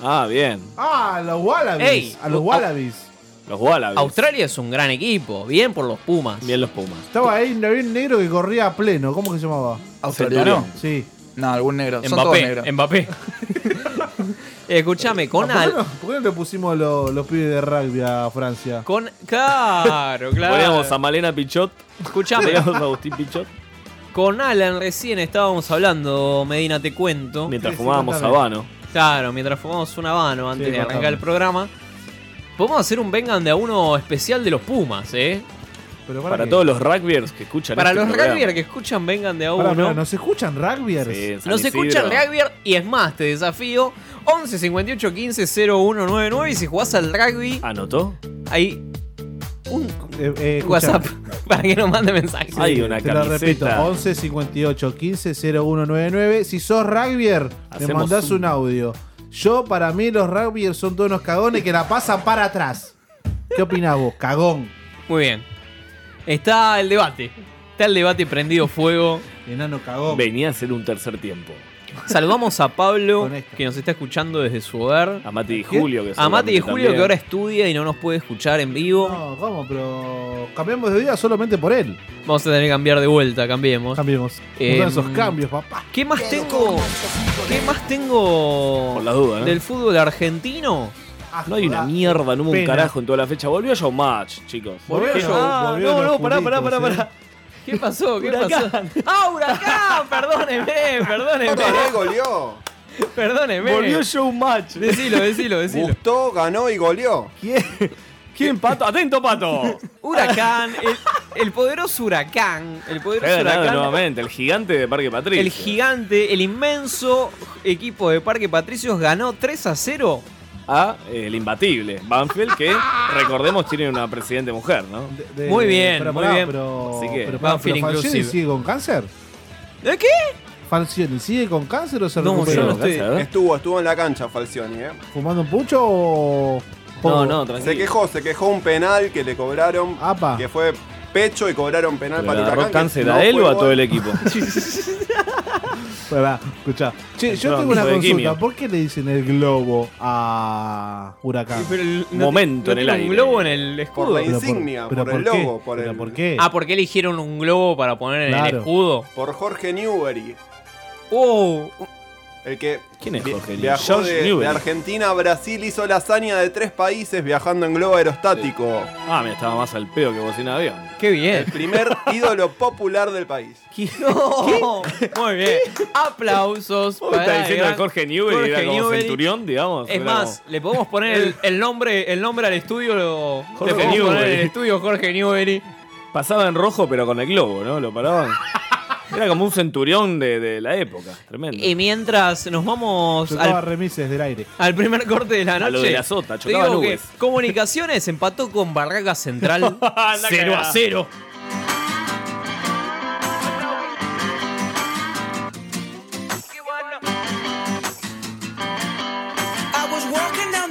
Speaker 5: Ah, bien.
Speaker 4: Ah, a los Wallabies.
Speaker 3: Ey, oh,
Speaker 4: a los
Speaker 3: au-
Speaker 4: Wallabies.
Speaker 5: Los Wallabies.
Speaker 3: Australia es un gran equipo. Bien por los Pumas.
Speaker 5: Bien los Pumas.
Speaker 4: Estaba ahí, había un negro que corría a pleno. ¿Cómo que se llamaba?
Speaker 8: ¿Australiano?
Speaker 4: Sí.
Speaker 8: No, algún negro. Son todos negros.
Speaker 3: Mbappé. Mbappé. Escúchame, con,
Speaker 4: Ah, ¿Por, qué
Speaker 3: al,
Speaker 4: no, por qué no le pusimos lo- los pibes de rugby a Francia?
Speaker 3: con. Claro,
Speaker 5: Poníamos a
Speaker 3: claro.
Speaker 5: Malena Pichot.
Speaker 3: Escúchame,
Speaker 5: Poníamos a Agustín Pichot.
Speaker 3: con Alan recién estábamos hablando, Medina, te cuento.
Speaker 5: Mientras
Speaker 4: Sí, sí,
Speaker 5: fumábamos
Speaker 4: contame.
Speaker 5: habano.
Speaker 3: Claro, mientras fumamos un habano antes
Speaker 4: Sí,
Speaker 3: de arrancar
Speaker 4: contame.
Speaker 3: el programa. Podemos hacer un vengan de a uno especial de los Pumas, ¿eh?
Speaker 4: Pero
Speaker 5: Para,
Speaker 4: qué?
Speaker 5: todos los rugbyers que escuchan.
Speaker 3: Para
Speaker 5: este
Speaker 3: los
Speaker 5: programa.
Speaker 3: rugbyers que escuchan vengan de a
Speaker 4: Pará, pará,
Speaker 3: uno.
Speaker 4: ¿Nos escuchan rugbyers?
Speaker 5: Sí, en San
Speaker 3: Nos
Speaker 5: Isidro.
Speaker 3: escuchan rugby y es más, te desafío 11 58 15 0199 y si jugás al rugby
Speaker 5: ¿Anotó?
Speaker 3: hay un
Speaker 4: Eh, eh, escuchá,
Speaker 3: WhatsApp para que nos mande mensajes.
Speaker 5: Hay una
Speaker 4: Te lo repito,
Speaker 5: camiseta.
Speaker 4: 11 58 15 0199. Si sos rugbyer, te
Speaker 5: Hacemos
Speaker 4: mandás
Speaker 5: un-
Speaker 4: un audio. Yo, para mí, los rugbyers son todos unos cagones que la pasan para atrás. ¿Qué opinás vos? Cagón.
Speaker 3: Muy bien. Está el debate. Está el debate prendido fuego.
Speaker 4: Enano cagón.
Speaker 5: Venía a ser un tercer tiempo.
Speaker 3: Saludamos a Pablo
Speaker 4: Con esta.
Speaker 3: que nos está escuchando desde su hogar.
Speaker 5: A Mati y Julio. Que
Speaker 3: A Mate y Julio
Speaker 5: seguramente
Speaker 3: que ahora
Speaker 5: también.
Speaker 3: estudia y no nos puede escuchar en vivo.
Speaker 4: No, ¿cómo? Pero cambiamos de vida solamente por él.
Speaker 3: Vamos a tener que cambiar de vuelta, cambiemos.
Speaker 4: Cambiemos.
Speaker 3: Eh,
Speaker 4: Usan esos cambios, papá.
Speaker 3: ¿Qué más tengo? ¿Qué más tengo
Speaker 5: Por la duda, ¿no?
Speaker 3: del fútbol argentino?
Speaker 5: No hay una mierda, no hubo un
Speaker 4: Ah, Pena.
Speaker 5: carajo en toda la fecha. Volvió a match, chicos.
Speaker 4: Volvió
Speaker 5: ¿Qué?
Speaker 4: Show,
Speaker 3: Ah,
Speaker 4: volvió
Speaker 5: no,
Speaker 4: los eh.
Speaker 5: no, pará, pará, pará,
Speaker 4: juditos,
Speaker 5: pará.
Speaker 3: ¿Qué pasó? ¿Qué
Speaker 5: Huracán.
Speaker 3: pasó? ¡Ah, huracán! Perdóneme,
Speaker 7: Paraná
Speaker 3: perdóneme,
Speaker 7: goleó.
Speaker 3: perdóneme.
Speaker 5: Volvió Showmatch.
Speaker 3: Decilo, decilo, decilo.
Speaker 7: Gustó, ganó y goleó.
Speaker 5: ¿Quién, Pato? ¡Atento, Pato!
Speaker 3: Huracán, el, el poderoso huracán, el
Speaker 5: Se ha
Speaker 3: poderoso
Speaker 5: ganado
Speaker 3: huracán,
Speaker 5: nuevamente, el gigante de Parque Patricio.
Speaker 3: el gigante, el inmenso equipo de Parque Patricios ganó 3 a 0
Speaker 5: A eh, el imbatible, Banfield, que recordemos tiene una presidente mujer, ¿no?
Speaker 4: De- de-
Speaker 3: Muy bien,
Speaker 4: pero
Speaker 3: muy
Speaker 4: pará,
Speaker 3: bien.
Speaker 4: Pero,
Speaker 5: Así que,
Speaker 4: pero pará,
Speaker 3: Banfield
Speaker 4: pero Falcioni
Speaker 3: inclusive.
Speaker 4: sigue con cáncer?
Speaker 3: ¿De qué?
Speaker 4: ¿Falcioni sigue con cáncer o se
Speaker 3: No, yo
Speaker 4: recuperó?
Speaker 3: no estoy-
Speaker 5: Gracias, ¿eh?
Speaker 7: Estuvo, estuvo en la cancha Falcioni, ¿eh?
Speaker 4: ¿Fumando un pucho o.?
Speaker 5: No,
Speaker 4: o-
Speaker 5: no,
Speaker 7: Se
Speaker 5: tranquilo.
Speaker 7: quejó, se quejó un penal que le cobraron,
Speaker 4: Apa.
Speaker 7: que fue pecho y cobraron penal
Speaker 5: ¿Le
Speaker 7: para el
Speaker 5: agarró
Speaker 7: Huracán, que
Speaker 5: cáncer
Speaker 7: no
Speaker 5: a él
Speaker 7: fue
Speaker 5: o a
Speaker 7: gol.
Speaker 5: todo el equipo?
Speaker 4: Pará, Pues escuchá. Che, yo
Speaker 5: No,
Speaker 4: tengo una
Speaker 5: fue de
Speaker 4: consulta.
Speaker 5: quimio.
Speaker 4: ¿Por qué le dicen el globo a Huracán?
Speaker 5: Momento en el
Speaker 3: tiene
Speaker 5: aire.
Speaker 3: Un globo en el
Speaker 7: Por la
Speaker 3: escudo.
Speaker 4: Pero
Speaker 7: insignia, por,
Speaker 4: pero
Speaker 7: el
Speaker 4: qué?
Speaker 7: logo, por
Speaker 4: ¿Pero
Speaker 7: el...
Speaker 4: ¿Por qué?
Speaker 3: Ah, ¿por qué eligieron un globo para poner en el
Speaker 4: Claro.
Speaker 3: escudo?
Speaker 7: Por Jorge Newbery,
Speaker 3: ¡Oh!
Speaker 7: el que
Speaker 5: ¿Quién es
Speaker 7: vi-
Speaker 5: Jorge
Speaker 7: viajó
Speaker 5: George
Speaker 7: de, de
Speaker 5: Newbery.
Speaker 7: Argentina a Brasil, hizo la hazaña de tres países viajando en globo aerostático.
Speaker 5: Ah, mira, estaba más al pedo que vos en avión.
Speaker 3: ¡Qué bien!
Speaker 7: El primer ídolo popular del país.
Speaker 3: No. Muy bien. Aplausos
Speaker 5: ¿Vos me
Speaker 3: para
Speaker 5: estás diciendo
Speaker 3: Gran-
Speaker 5: que Jorge Newell
Speaker 3: Jorge
Speaker 5: era como
Speaker 3: Newbery.
Speaker 5: centurión, digamos?
Speaker 3: Es
Speaker 5: Era
Speaker 3: más, le podemos poner el, el nombre, el nombre al estudio. lo-
Speaker 5: Jorge
Speaker 3: le podemos poner el
Speaker 5: Newbery.
Speaker 3: estudio Jorge Newbery.
Speaker 5: como- pasaba en rojo, pero con el globo, ¿no? Lo paraban. Era como un centurión de, de la época, tremendo.
Speaker 3: Y mientras nos vamos
Speaker 4: Tocaba
Speaker 3: al,
Speaker 4: remises del aire.
Speaker 3: al primer corte de la noche.
Speaker 5: A lo de la sota,
Speaker 3: te
Speaker 5: chocaba
Speaker 3: digo que
Speaker 5: nubes.
Speaker 3: Comunicaciones empató con Barraca Central 0
Speaker 5: Anda
Speaker 3: a
Speaker 5: cagada.
Speaker 3: 0.
Speaker 9: I was walking down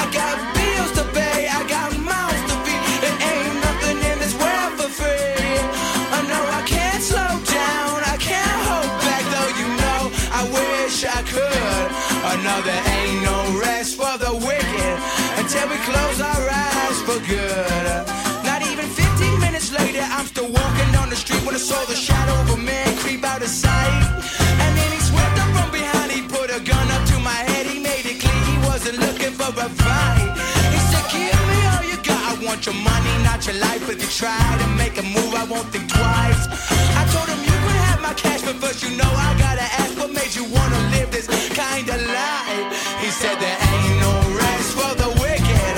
Speaker 9: I got bills to pay, I got mouths to feed. It ain't nothing in this world for free. I know I can't slow down, I can't hold back, though you know I wish I could. I know there ain't no rest for the wicked until we close our eyes for good. Not even 15 minutes later, I'm still walking down the street when I saw the shadow of a man creep out of sight. And then he swept up from behind, he put a gun up to my head, he made it clear he wasn't looking for a fight. He said, Give me all you got. I want your money, not your life. If you try to make a move, I won't think twice. I told him you could have my cash, but first you know I gotta ask what made you wanna live this kind of life. He said there ain't no rest for the wicked.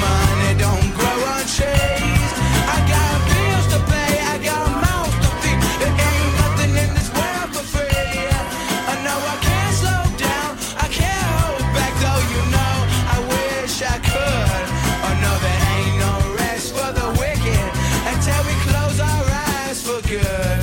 Speaker 9: Money don't grow on trees. I got bills to pay, I got mouth to feed. There ain't nothing in this world for free. I know I can't slow down, I can't hold back, though you know I wish I could. Oh no, there ain't no rest for the wicked until we close our eyes for good.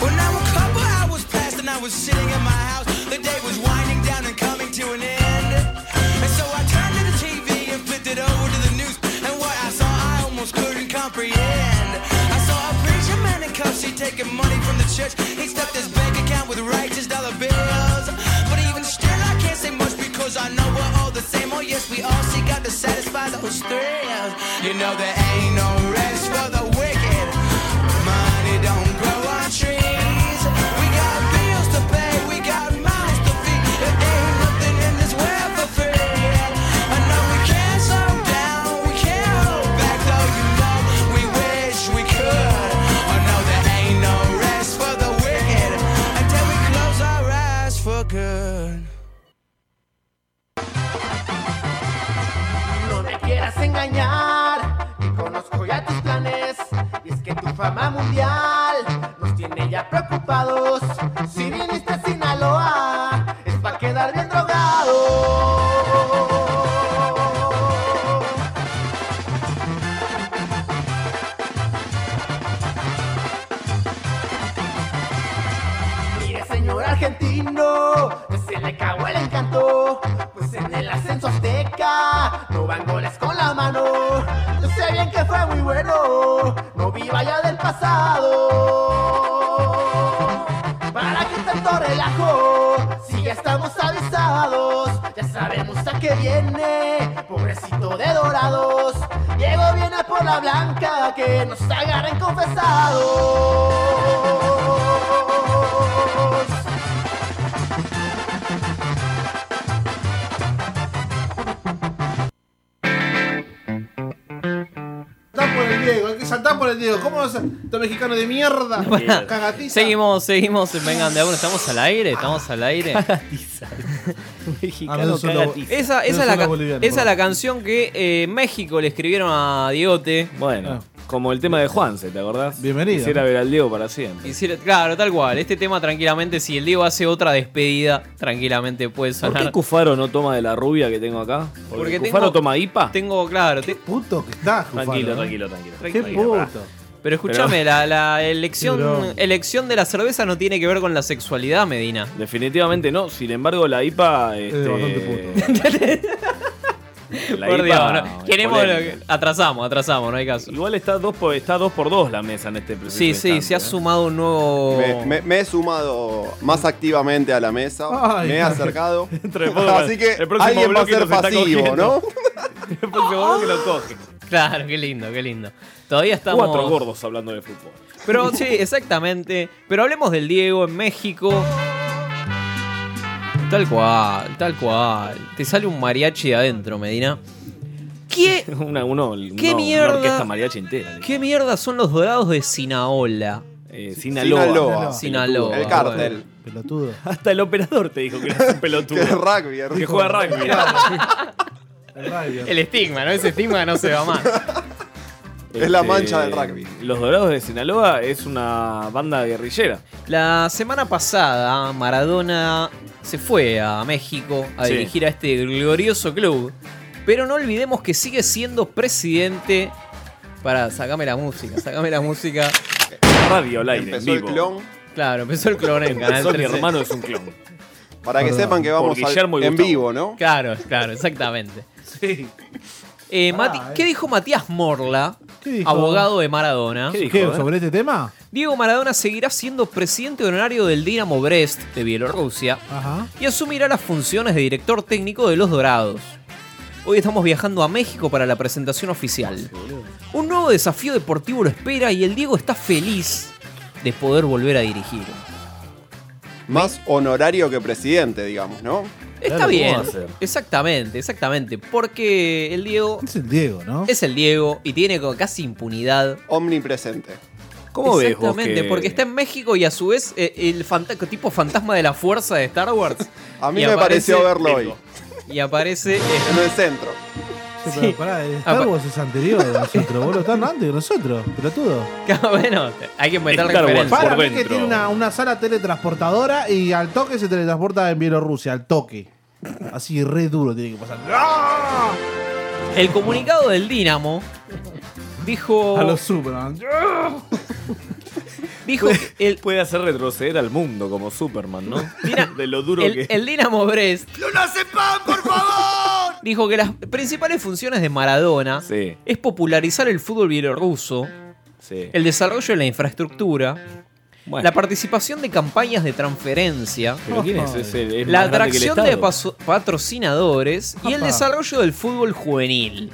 Speaker 9: Well, now a couple hours passed and I was sitting in my house. The day was winding down and coming to an end. And so I turned to the TV and flipped it over to the news. And what I saw, I almost couldn't comprehend. I saw a preacher man in cuffs, he taking money from the church. He stuffed his bank account with righteous dollar bills. But even still, I can't say much because I know we're all the same. Oh, yes, we all seek out to satisfy those thrills. You know, there ain't no rest for the wicked. Money don't grow on trees. We got bills to pay, we got mouths to feed. There ain't nothing in this world for free. I know we can't slow down, we can't hold back, though you know we wish we could. Oh no, there ain't no rest for the wicked until we close our eyes for good.
Speaker 11: No te quieras engañar, que conozco ya tus planes. Y es que tu fama mundial nos tiene ya preocupados. Si viniste a Sinaloa, es pa' quedar bien drogado. Mire, señor argentino, que se le cagó el encanto. Pues en el ascenso azteca no van goles con la mano. Yo sé bien que fue muy bueno, no viva ya del pasado. ¿Para qué tanto relajo? Si ya estamos avisados, ya sabemos a qué viene, pobrecito de dorados. Diego viene por la blanca, que nos agarren confesados.
Speaker 4: Saltar por el Diego, hay que saltar por el Diego. ¿Cómo vas a estos mexicano de mierda? Cagatiza.
Speaker 3: Seguimos, seguimos en Vengan de a Uno. Estamos al aire, estamos al aire.
Speaker 4: Ah, no, son los-
Speaker 3: Esa, esa,
Speaker 4: no son
Speaker 3: es la,
Speaker 4: los
Speaker 3: ca-
Speaker 4: bolivianos,
Speaker 3: esa es
Speaker 4: perdón.
Speaker 3: la canción que eh, en México le escribieron a Diegote.
Speaker 4: Ah.
Speaker 5: Bueno, como el tema de Juanse, ¿te acordás?
Speaker 4: Bienvenido.
Speaker 5: Quisiera ver al Diego para siempre.
Speaker 3: Hiciera- claro, tal cual. Este tema tranquilamente, si el Diego hace otra despedida, tranquilamente puede
Speaker 5: ¿Por qué
Speaker 3: sonar.
Speaker 5: Cufaro no toma de la rubia que tengo acá? Porque,
Speaker 3: Porque
Speaker 5: Cufaro
Speaker 3: tengo-
Speaker 5: toma IPA.
Speaker 3: Tengo, claro. te-
Speaker 4: Puto que estás, Cufaro,
Speaker 5: Tranquilo,
Speaker 4: ¿eh?
Speaker 5: tranquilo, tranquilo.
Speaker 4: Qué
Speaker 5: tranquilo,
Speaker 4: puto.
Speaker 3: pero escúchame,
Speaker 5: Pero-
Speaker 3: la, la
Speaker 4: Qué
Speaker 3: elección,
Speaker 4: bronca.
Speaker 3: elección de la cerveza no tiene que ver con la sexualidad, Medina.
Speaker 5: Definitivamente no. Sin embargo, la IPA. Este...
Speaker 4: bastante
Speaker 5: la
Speaker 3: Por Dios,
Speaker 5: IPA.
Speaker 3: no.
Speaker 5: es
Speaker 3: Queremos lo que-
Speaker 5: polémica.
Speaker 3: Atrasamos, atrasamos, no hay caso.
Speaker 5: Igual está 2 por, está dos por 2 la mesa en este preciso
Speaker 3: Sí, sí,
Speaker 5: instante,
Speaker 3: se ha
Speaker 5: ¿eh?
Speaker 3: sumado un nuevo.
Speaker 7: Me, me- me he sumado más activamente a la mesa,
Speaker 4: Ay.
Speaker 7: me he acercado.
Speaker 5: Dentro de poco,
Speaker 7: Así que
Speaker 5: el próximo
Speaker 7: alguien va a
Speaker 5: bloque
Speaker 7: ser
Speaker 5: nos está
Speaker 7: pasivo,
Speaker 5: cogiendo.
Speaker 7: ¿no?
Speaker 5: El próximo bloque lo coge.
Speaker 3: Claro, qué lindo, qué lindo. Todavía estamos.
Speaker 5: Cuatro gordos hablando de fútbol. Eh,
Speaker 3: Pero sí, exactamente. Pero hablemos del Diego en México. Tal cual, tal cual. Te sale un mariachi de adentro, Medina. ¿Qué,
Speaker 5: Una, uno,
Speaker 3: ¿Qué
Speaker 5: uno-
Speaker 3: mierda?
Speaker 5: Una orquesta mariachi entera.
Speaker 3: qué mierda son los dorados de Sinaola?
Speaker 5: eh, Sinaloa.
Speaker 7: Sinaloa. Sinaloa, El cártel. bueno.
Speaker 4: Pelotudo.
Speaker 5: Hasta el operador te dijo que eras un pelotudo.
Speaker 7: Que es rugby,
Speaker 5: Que juega rugby.
Speaker 12: El estigma, ¿no? Ese estigma no se va más.
Speaker 7: Es la mancha del rugby.
Speaker 5: Este, Los Dorados de Sinaloa es una banda guerrillera.
Speaker 3: La semana pasada Maradona se fue a México a
Speaker 5: Sí.
Speaker 3: dirigir a este glorioso club. Pero no olvidemos que sigue siendo presidente. Pará, sacame la música, sacame la música.
Speaker 5: Radio al aire,
Speaker 7: Empezó en el vivo. clon.
Speaker 3: Claro, empezó el clon en Canal
Speaker 5: Empezó mi
Speaker 3: 13.
Speaker 5: hermano es un clon.
Speaker 7: Para que
Speaker 3: Perdón.
Speaker 7: sepan que vamos
Speaker 3: Por
Speaker 7: al-
Speaker 3: Guillermo y
Speaker 7: en
Speaker 3: Gustavo.
Speaker 7: vivo, ¿no?
Speaker 3: Claro, claro, exactamente.
Speaker 5: Sí.
Speaker 3: Eh, Mati- ¿Qué dijo Matías Morla,
Speaker 4: dijo?
Speaker 3: abogado de Maradona?
Speaker 4: ¿Qué,
Speaker 5: eh?
Speaker 4: ¿Sobre este tema?
Speaker 3: Diego Maradona seguirá siendo presidente honorario del Dinamo Brest de Bielorrusia
Speaker 4: Ajá.
Speaker 3: y asumirá las funciones de director técnico de Los Dorados. Hoy estamos viajando a México para la presentación oficial. Un nuevo desafío deportivo lo espera y el Diego está feliz de poder volver a dirigir.
Speaker 7: Más honorario que presidente, digamos, ¿no?
Speaker 3: Está bien, exactamente, exactamente, porque el Diego
Speaker 4: Es el Diego, ¿no?
Speaker 3: es el Diego y tiene como casi impunidad.
Speaker 7: Omnipresente.
Speaker 5: ¿Cómo ves vos
Speaker 3: Exactamente,
Speaker 5: que-
Speaker 3: porque está en México y a su vez eh, el fanta- tipo fantasma de la fuerza de Star Wars.
Speaker 7: A mí
Speaker 3: Y
Speaker 7: me
Speaker 3: aparece-
Speaker 7: pareció verlo hoy.
Speaker 3: Y aparece. eh,
Speaker 7: En el centro.
Speaker 4: Sí, pero pará, el
Speaker 3: Ah,
Speaker 4: Star Wars es anterior a nosotros, vos lo están antes que nosotros, pelotudo.
Speaker 3: bueno, hay que meter
Speaker 5: Star Wars
Speaker 3: referencia.
Speaker 5: por
Speaker 4: Para mí que
Speaker 5: dentro.
Speaker 4: tiene una, una sala teletransportadora y al toque se teletransporta en Bielorrusia, al toque. Así re duro tiene que pasar.
Speaker 3: El comunicado del Dinamo dijo.
Speaker 4: A los Superman.
Speaker 3: Dijo que el,
Speaker 5: Puede hacer retroceder al mundo como Superman, ¿no? de lo duro
Speaker 3: el,
Speaker 5: que
Speaker 3: el Dinamo Brest. Dijo que las principales funciones de Maradona
Speaker 5: Sí.
Speaker 3: es popularizar el fútbol bielorruso,
Speaker 5: Sí.
Speaker 3: el desarrollo de la infraestructura,
Speaker 5: Bueno.
Speaker 3: la participación de campañas de transferencia,
Speaker 5: ¿Pero quién es? Es el- es
Speaker 3: la
Speaker 5: más grande que el
Speaker 3: atracción de
Speaker 5: Estado.
Speaker 3: paso- patrocinadores y el
Speaker 4: Apa.
Speaker 3: desarrollo del fútbol juvenil.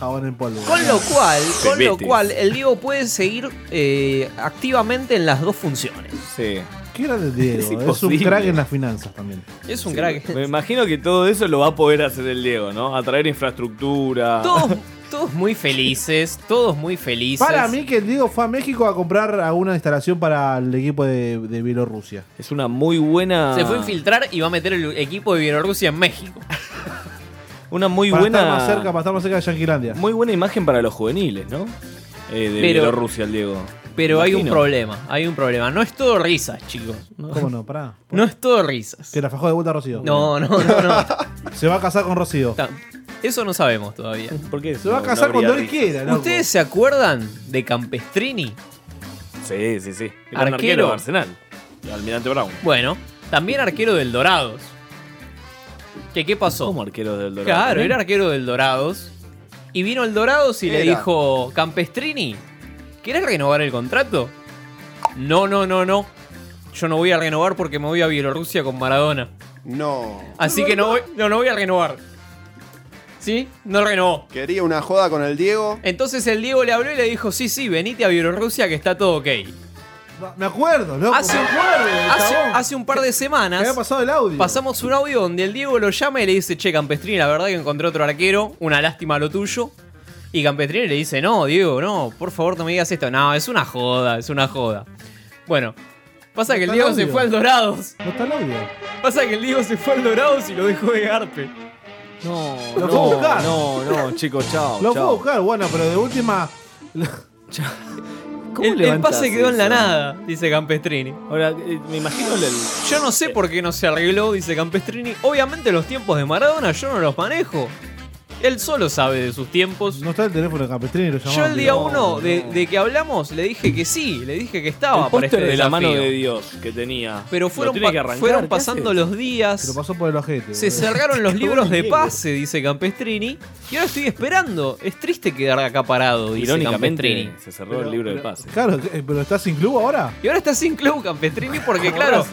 Speaker 4: Jabón en polvo.
Speaker 3: Con lo cual, con lo
Speaker 5: Betis.
Speaker 3: cual, el Diego puede seguir eh, activamente en las dos funciones.
Speaker 5: Sí.
Speaker 4: Qué grande Diego,
Speaker 5: Es
Speaker 4: es, un
Speaker 5: imposible.
Speaker 4: crack en las finanzas también.
Speaker 3: Es un crack.
Speaker 5: Me imagino que todo eso lo va a poder hacer el Diego, ¿no? Atraer infraestructura.
Speaker 3: Todos, todos muy felices, todos muy felices.
Speaker 4: Para mí que el Diego fue a México a comprar alguna instalación para el equipo de, de Bielorrusia.
Speaker 5: Es una muy buena.
Speaker 3: Se fue a infiltrar y va a meter el equipo de Bielorrusia en México.
Speaker 5: Una muy
Speaker 4: para
Speaker 5: buena.
Speaker 4: estar más cerca, para estar más cerca de Yanquilandia.
Speaker 5: Muy buena imagen para los juveniles, ¿no? Eh, de
Speaker 3: Pero-
Speaker 5: Bielorrusia, el Diego.
Speaker 3: Pero hay un
Speaker 5: Imagino.
Speaker 3: problema, hay un problema. No es todo risas, chicos.
Speaker 4: ¿Cómo no? Pará.
Speaker 3: No es todo risas.
Speaker 4: Que la fajó de vuelta a Rocío.
Speaker 3: No, no, no, no.
Speaker 4: Se va a casar con Rocío.
Speaker 3: Ta- Eso no sabemos todavía.
Speaker 5: ¿Por qué?
Speaker 4: Se va a casar cuando él quiera, loco.
Speaker 3: ¿Ustedes se acuerdan de Campestrini?
Speaker 5: Sí, sí, sí.
Speaker 3: Arquero.
Speaker 5: Gran arquero. de Arsenal. El Almirante Brown.
Speaker 3: Bueno, también arquero del Dorados. ¿Qué, qué pasó?
Speaker 5: ¿Cómo arquero del Dorado? ¿eh?
Speaker 3: Claro,
Speaker 5: ¿También?
Speaker 3: era arquero del Dorados. Y vino el Dorados y le
Speaker 7: Era.
Speaker 3: dijo, Campestrini, ¿quieres renovar el contrato? No, no, no, no. Yo no voy a renovar porque me voy a Bielorrusia con Maradona.
Speaker 7: No.
Speaker 3: Así que no voy, no, no voy a renovar. ¿Sí? No renovó.
Speaker 7: Quería una joda con el Diego.
Speaker 3: Entonces el Diego le habló y le dijo, sí, sí, venite a Bielorrusia que está todo ok.
Speaker 4: Me acuerdo, loco.
Speaker 3: Hace,
Speaker 4: me acuerdo,
Speaker 3: hace-
Speaker 4: chabón.
Speaker 3: hace un par de
Speaker 4: Me
Speaker 3: semanas...
Speaker 4: había pasado el audio.
Speaker 3: Pasamos un audio donde el Diego lo llama y le dice, che, Campestrini, la verdad que encontré otro arquero, una lástima lo tuyo. Y Campestrini le dice, no, Diego, no, por favor no me digas esto. No, es una joda, es una joda. Bueno, pasa que el
Speaker 4: Está
Speaker 3: Diego
Speaker 4: el
Speaker 3: se
Speaker 4: audio.
Speaker 3: fue al Dorados.
Speaker 4: No está el audio.
Speaker 3: Pasa que el Diego se fue al Dorados y lo dejó de garpe.
Speaker 5: No,
Speaker 4: Lo
Speaker 5: no,
Speaker 4: puedo buscar.
Speaker 5: no, no, chicos, chao.
Speaker 4: Lo
Speaker 5: chao.
Speaker 4: puedo buscar, bueno, pero de última.
Speaker 5: ¿Cómo
Speaker 3: El, el
Speaker 5: levantás
Speaker 3: pase quedó en la
Speaker 5: eso?
Speaker 3: nada, dice Campestrini.
Speaker 5: Ahora, eh, me imagino el.
Speaker 3: Yo no sé por qué no se arregló, dice Campestrini. Obviamente los tiempos de Maradona yo no los manejo. Él solo sabe de sus tiempos.
Speaker 4: No está el teléfono de Campestrini, lo llamamos.
Speaker 3: Yo el día
Speaker 4: No,
Speaker 3: uno de, de que hablamos le dije que sí, le dije que estaba
Speaker 5: el
Speaker 3: para este
Speaker 5: póster de la mano
Speaker 3: desafío.
Speaker 5: de Dios que tenía.
Speaker 3: Pero
Speaker 5: Lo
Speaker 3: fueron,
Speaker 5: tiene
Speaker 3: pa-
Speaker 5: que arrancar,
Speaker 3: fueron
Speaker 5: ¿qué
Speaker 3: pasando
Speaker 5: haces?
Speaker 3: los
Speaker 4: Se lo
Speaker 3: días,
Speaker 4: pasó por el ojete.
Speaker 3: se
Speaker 4: boludo.
Speaker 3: cerraron los libros de
Speaker 5: Diego.
Speaker 3: pase, dice Campestrini, y ahora estoy esperando. Es triste quedar acá parado, dice Campestrini.
Speaker 5: Irónicamente, se cerró el libro del pase.
Speaker 4: Claro, eh, pero está sin club ahora.
Speaker 3: Este. Y ahora está sin club Campestrini porque, claro,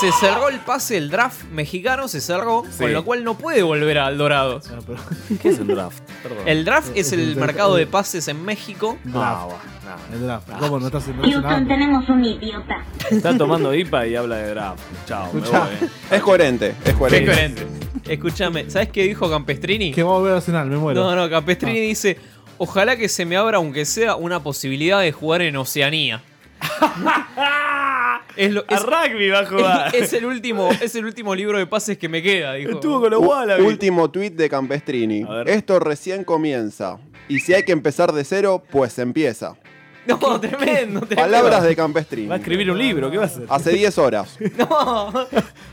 Speaker 3: se cerró el pase, el draft mexicano se cerró,
Speaker 5: Sí.
Speaker 3: con lo cual no puede volver al Dorado.
Speaker 4: No, pero-
Speaker 5: ¿Qué es el draft? Perdón.
Speaker 3: El draft es el
Speaker 4: el-
Speaker 3: mercado de
Speaker 4: el-
Speaker 3: pases en México.
Speaker 5: No,
Speaker 4: Draft.
Speaker 5: no.
Speaker 4: El draft. ¿Cómo no está haciendo
Speaker 10: Newton,
Speaker 4: nada?
Speaker 10: tenemos un idiota.
Speaker 5: Está tomando IPA y habla de draft. Chao, me voy.
Speaker 4: Escuchá.
Speaker 5: eh.
Speaker 7: Es coherente, es
Speaker 3: Qué
Speaker 7: coherente.
Speaker 3: coherente. Escúchame, ¿sabes qué dijo Campestrini?
Speaker 4: Que va a volver a cenar, me muero.
Speaker 3: No, no, Capestrini dice, ojalá que se me abra aunque sea una posibilidad de jugar en Oceanía. es lo, es,
Speaker 5: rugby va a jugar.
Speaker 3: Es, el último, es el último libro de pases que me queda, dijo.
Speaker 7: U- Último tuit de Campestrini. Esto recién comienza. Y si hay que empezar de cero, pues empieza.
Speaker 3: No, tremendo, tremendo.
Speaker 7: Palabras de Campestrini.
Speaker 5: Va a escribir un libro, ¿qué va a hacer?
Speaker 7: Hace 10 horas.
Speaker 3: No.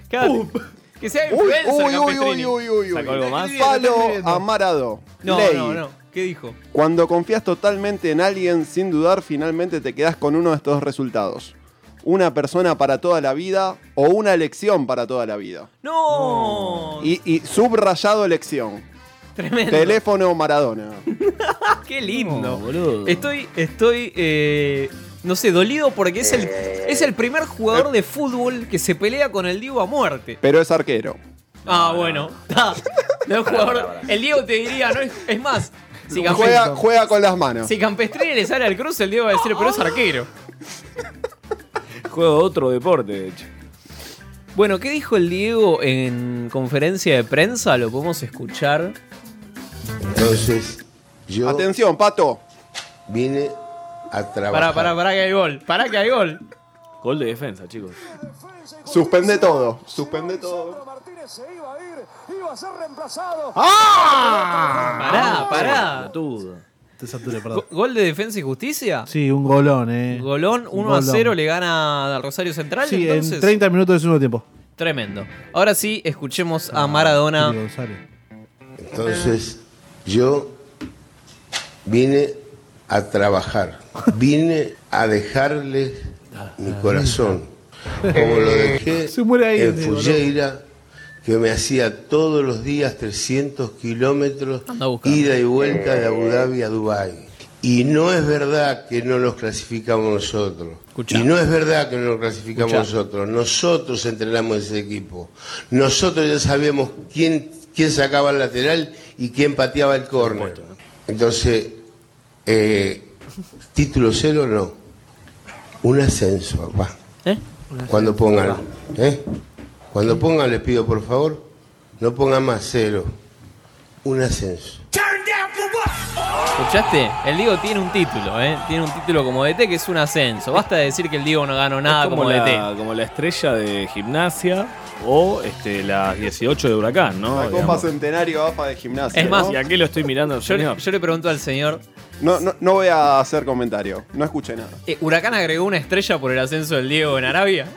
Speaker 3: Quédate. Que sea
Speaker 7: Uy,
Speaker 3: influencer,
Speaker 7: uy, uy,
Speaker 3: Campestrini.
Speaker 7: uy, uy, uy, uy.
Speaker 5: ¿Sacó algo más?
Speaker 7: Palo amarado.
Speaker 3: No,
Speaker 7: Ley.
Speaker 3: no, no. ¿Qué dijo?
Speaker 7: Cuando confías totalmente en alguien, sin dudar, finalmente te quedas con uno de estos resultados. Una persona para toda la vida o una lección para toda la vida.
Speaker 3: ¡No!
Speaker 7: Y, y subrayado lección.
Speaker 3: Tremendo.
Speaker 7: Teléfono Maradona.
Speaker 3: Qué lindo. Estoy, estoy, eh, no sé, dolido porque es el, es el primer jugador de fútbol que se pelea con el Diego a muerte.
Speaker 7: Pero es arquero.
Speaker 3: Ah, bueno. Ah, no es jugador. El Diego te diría, no es, es más. Si, Campe-
Speaker 7: Juega, juega con las manos.
Speaker 3: si Campestrini le sale al cruce, el Diego va a decir, pero es arquero.
Speaker 5: Juego otro deporte, de hecho.
Speaker 3: Bueno, ¿qué dijo el Diego en conferencia de prensa? Lo podemos escuchar.
Speaker 13: Entonces, yo.
Speaker 7: Atención, pato.
Speaker 13: Vine a trabajar.
Speaker 3: Pará, pará, pará que hay gol. Pará que hay gol. Ah,
Speaker 5: Gol de defensa, chicos.
Speaker 7: Suspende todo. Suspende todo.
Speaker 14: ¡Ah!
Speaker 7: Ah,
Speaker 3: Pará, pará.
Speaker 4: Te saturé, perdón.
Speaker 3: Go- ¿Gol de defensa y justicia?
Speaker 4: Sí, un golón, eh.
Speaker 3: Golón 1 a
Speaker 4: Golón.
Speaker 3: 0 le gana al Rosario Central.
Speaker 4: Sí,
Speaker 3: entonces,
Speaker 4: en 30 minutos del segundo tiempo.
Speaker 3: tremendo. Ahora sí, escuchemos
Speaker 4: Ah,
Speaker 3: a Maradona.
Speaker 13: Entonces, yo vine a trabajar. Vine a dejarles mi corazón. Como lo dejé
Speaker 4: Se muere ahí,
Speaker 13: en
Speaker 4: Diego, ¿no?
Speaker 13: Fulleira, que me hacía todos los días 300 kilómetros ida y vuelta de Abu Dhabi a Dubái. Y no es verdad que no los clasificamos nosotros. Y no es verdad que no los clasificamos
Speaker 15: Escuchá.
Speaker 13: nosotros. Nosotros entrenamos ese equipo. Nosotros ya sabíamos quién, quién sacaba el lateral y quién pateaba el córner. Entonces, eh, título cero no. Un ascenso, papá. Cuando pongan, ¿eh? Cuando pongan, les pido por favor, no pongan más cero. Un ascenso.
Speaker 3: ¿Escuchaste? El Diego tiene un título, ¿eh? Tiene un título como DT que es un ascenso. Basta de decir que el Diego no ganó nada
Speaker 5: Es
Speaker 3: como, E
Speaker 5: como,
Speaker 3: DT.
Speaker 5: la, como la estrella de gimnasia o este, las 18 de Huracán, ¿no?
Speaker 7: La Copa
Speaker 5: Digamos.
Speaker 7: Centenario AFA de gimnasia.
Speaker 5: Es más,
Speaker 7: ¿no?
Speaker 5: y aquí lo estoy mirando al señor.
Speaker 3: Yo le pregunto al señor.
Speaker 7: No, no- no voy a hacer comentario. No escuché nada.
Speaker 3: eh, ¿Huracán agregó una estrella por el ascenso del Diego en Arabia?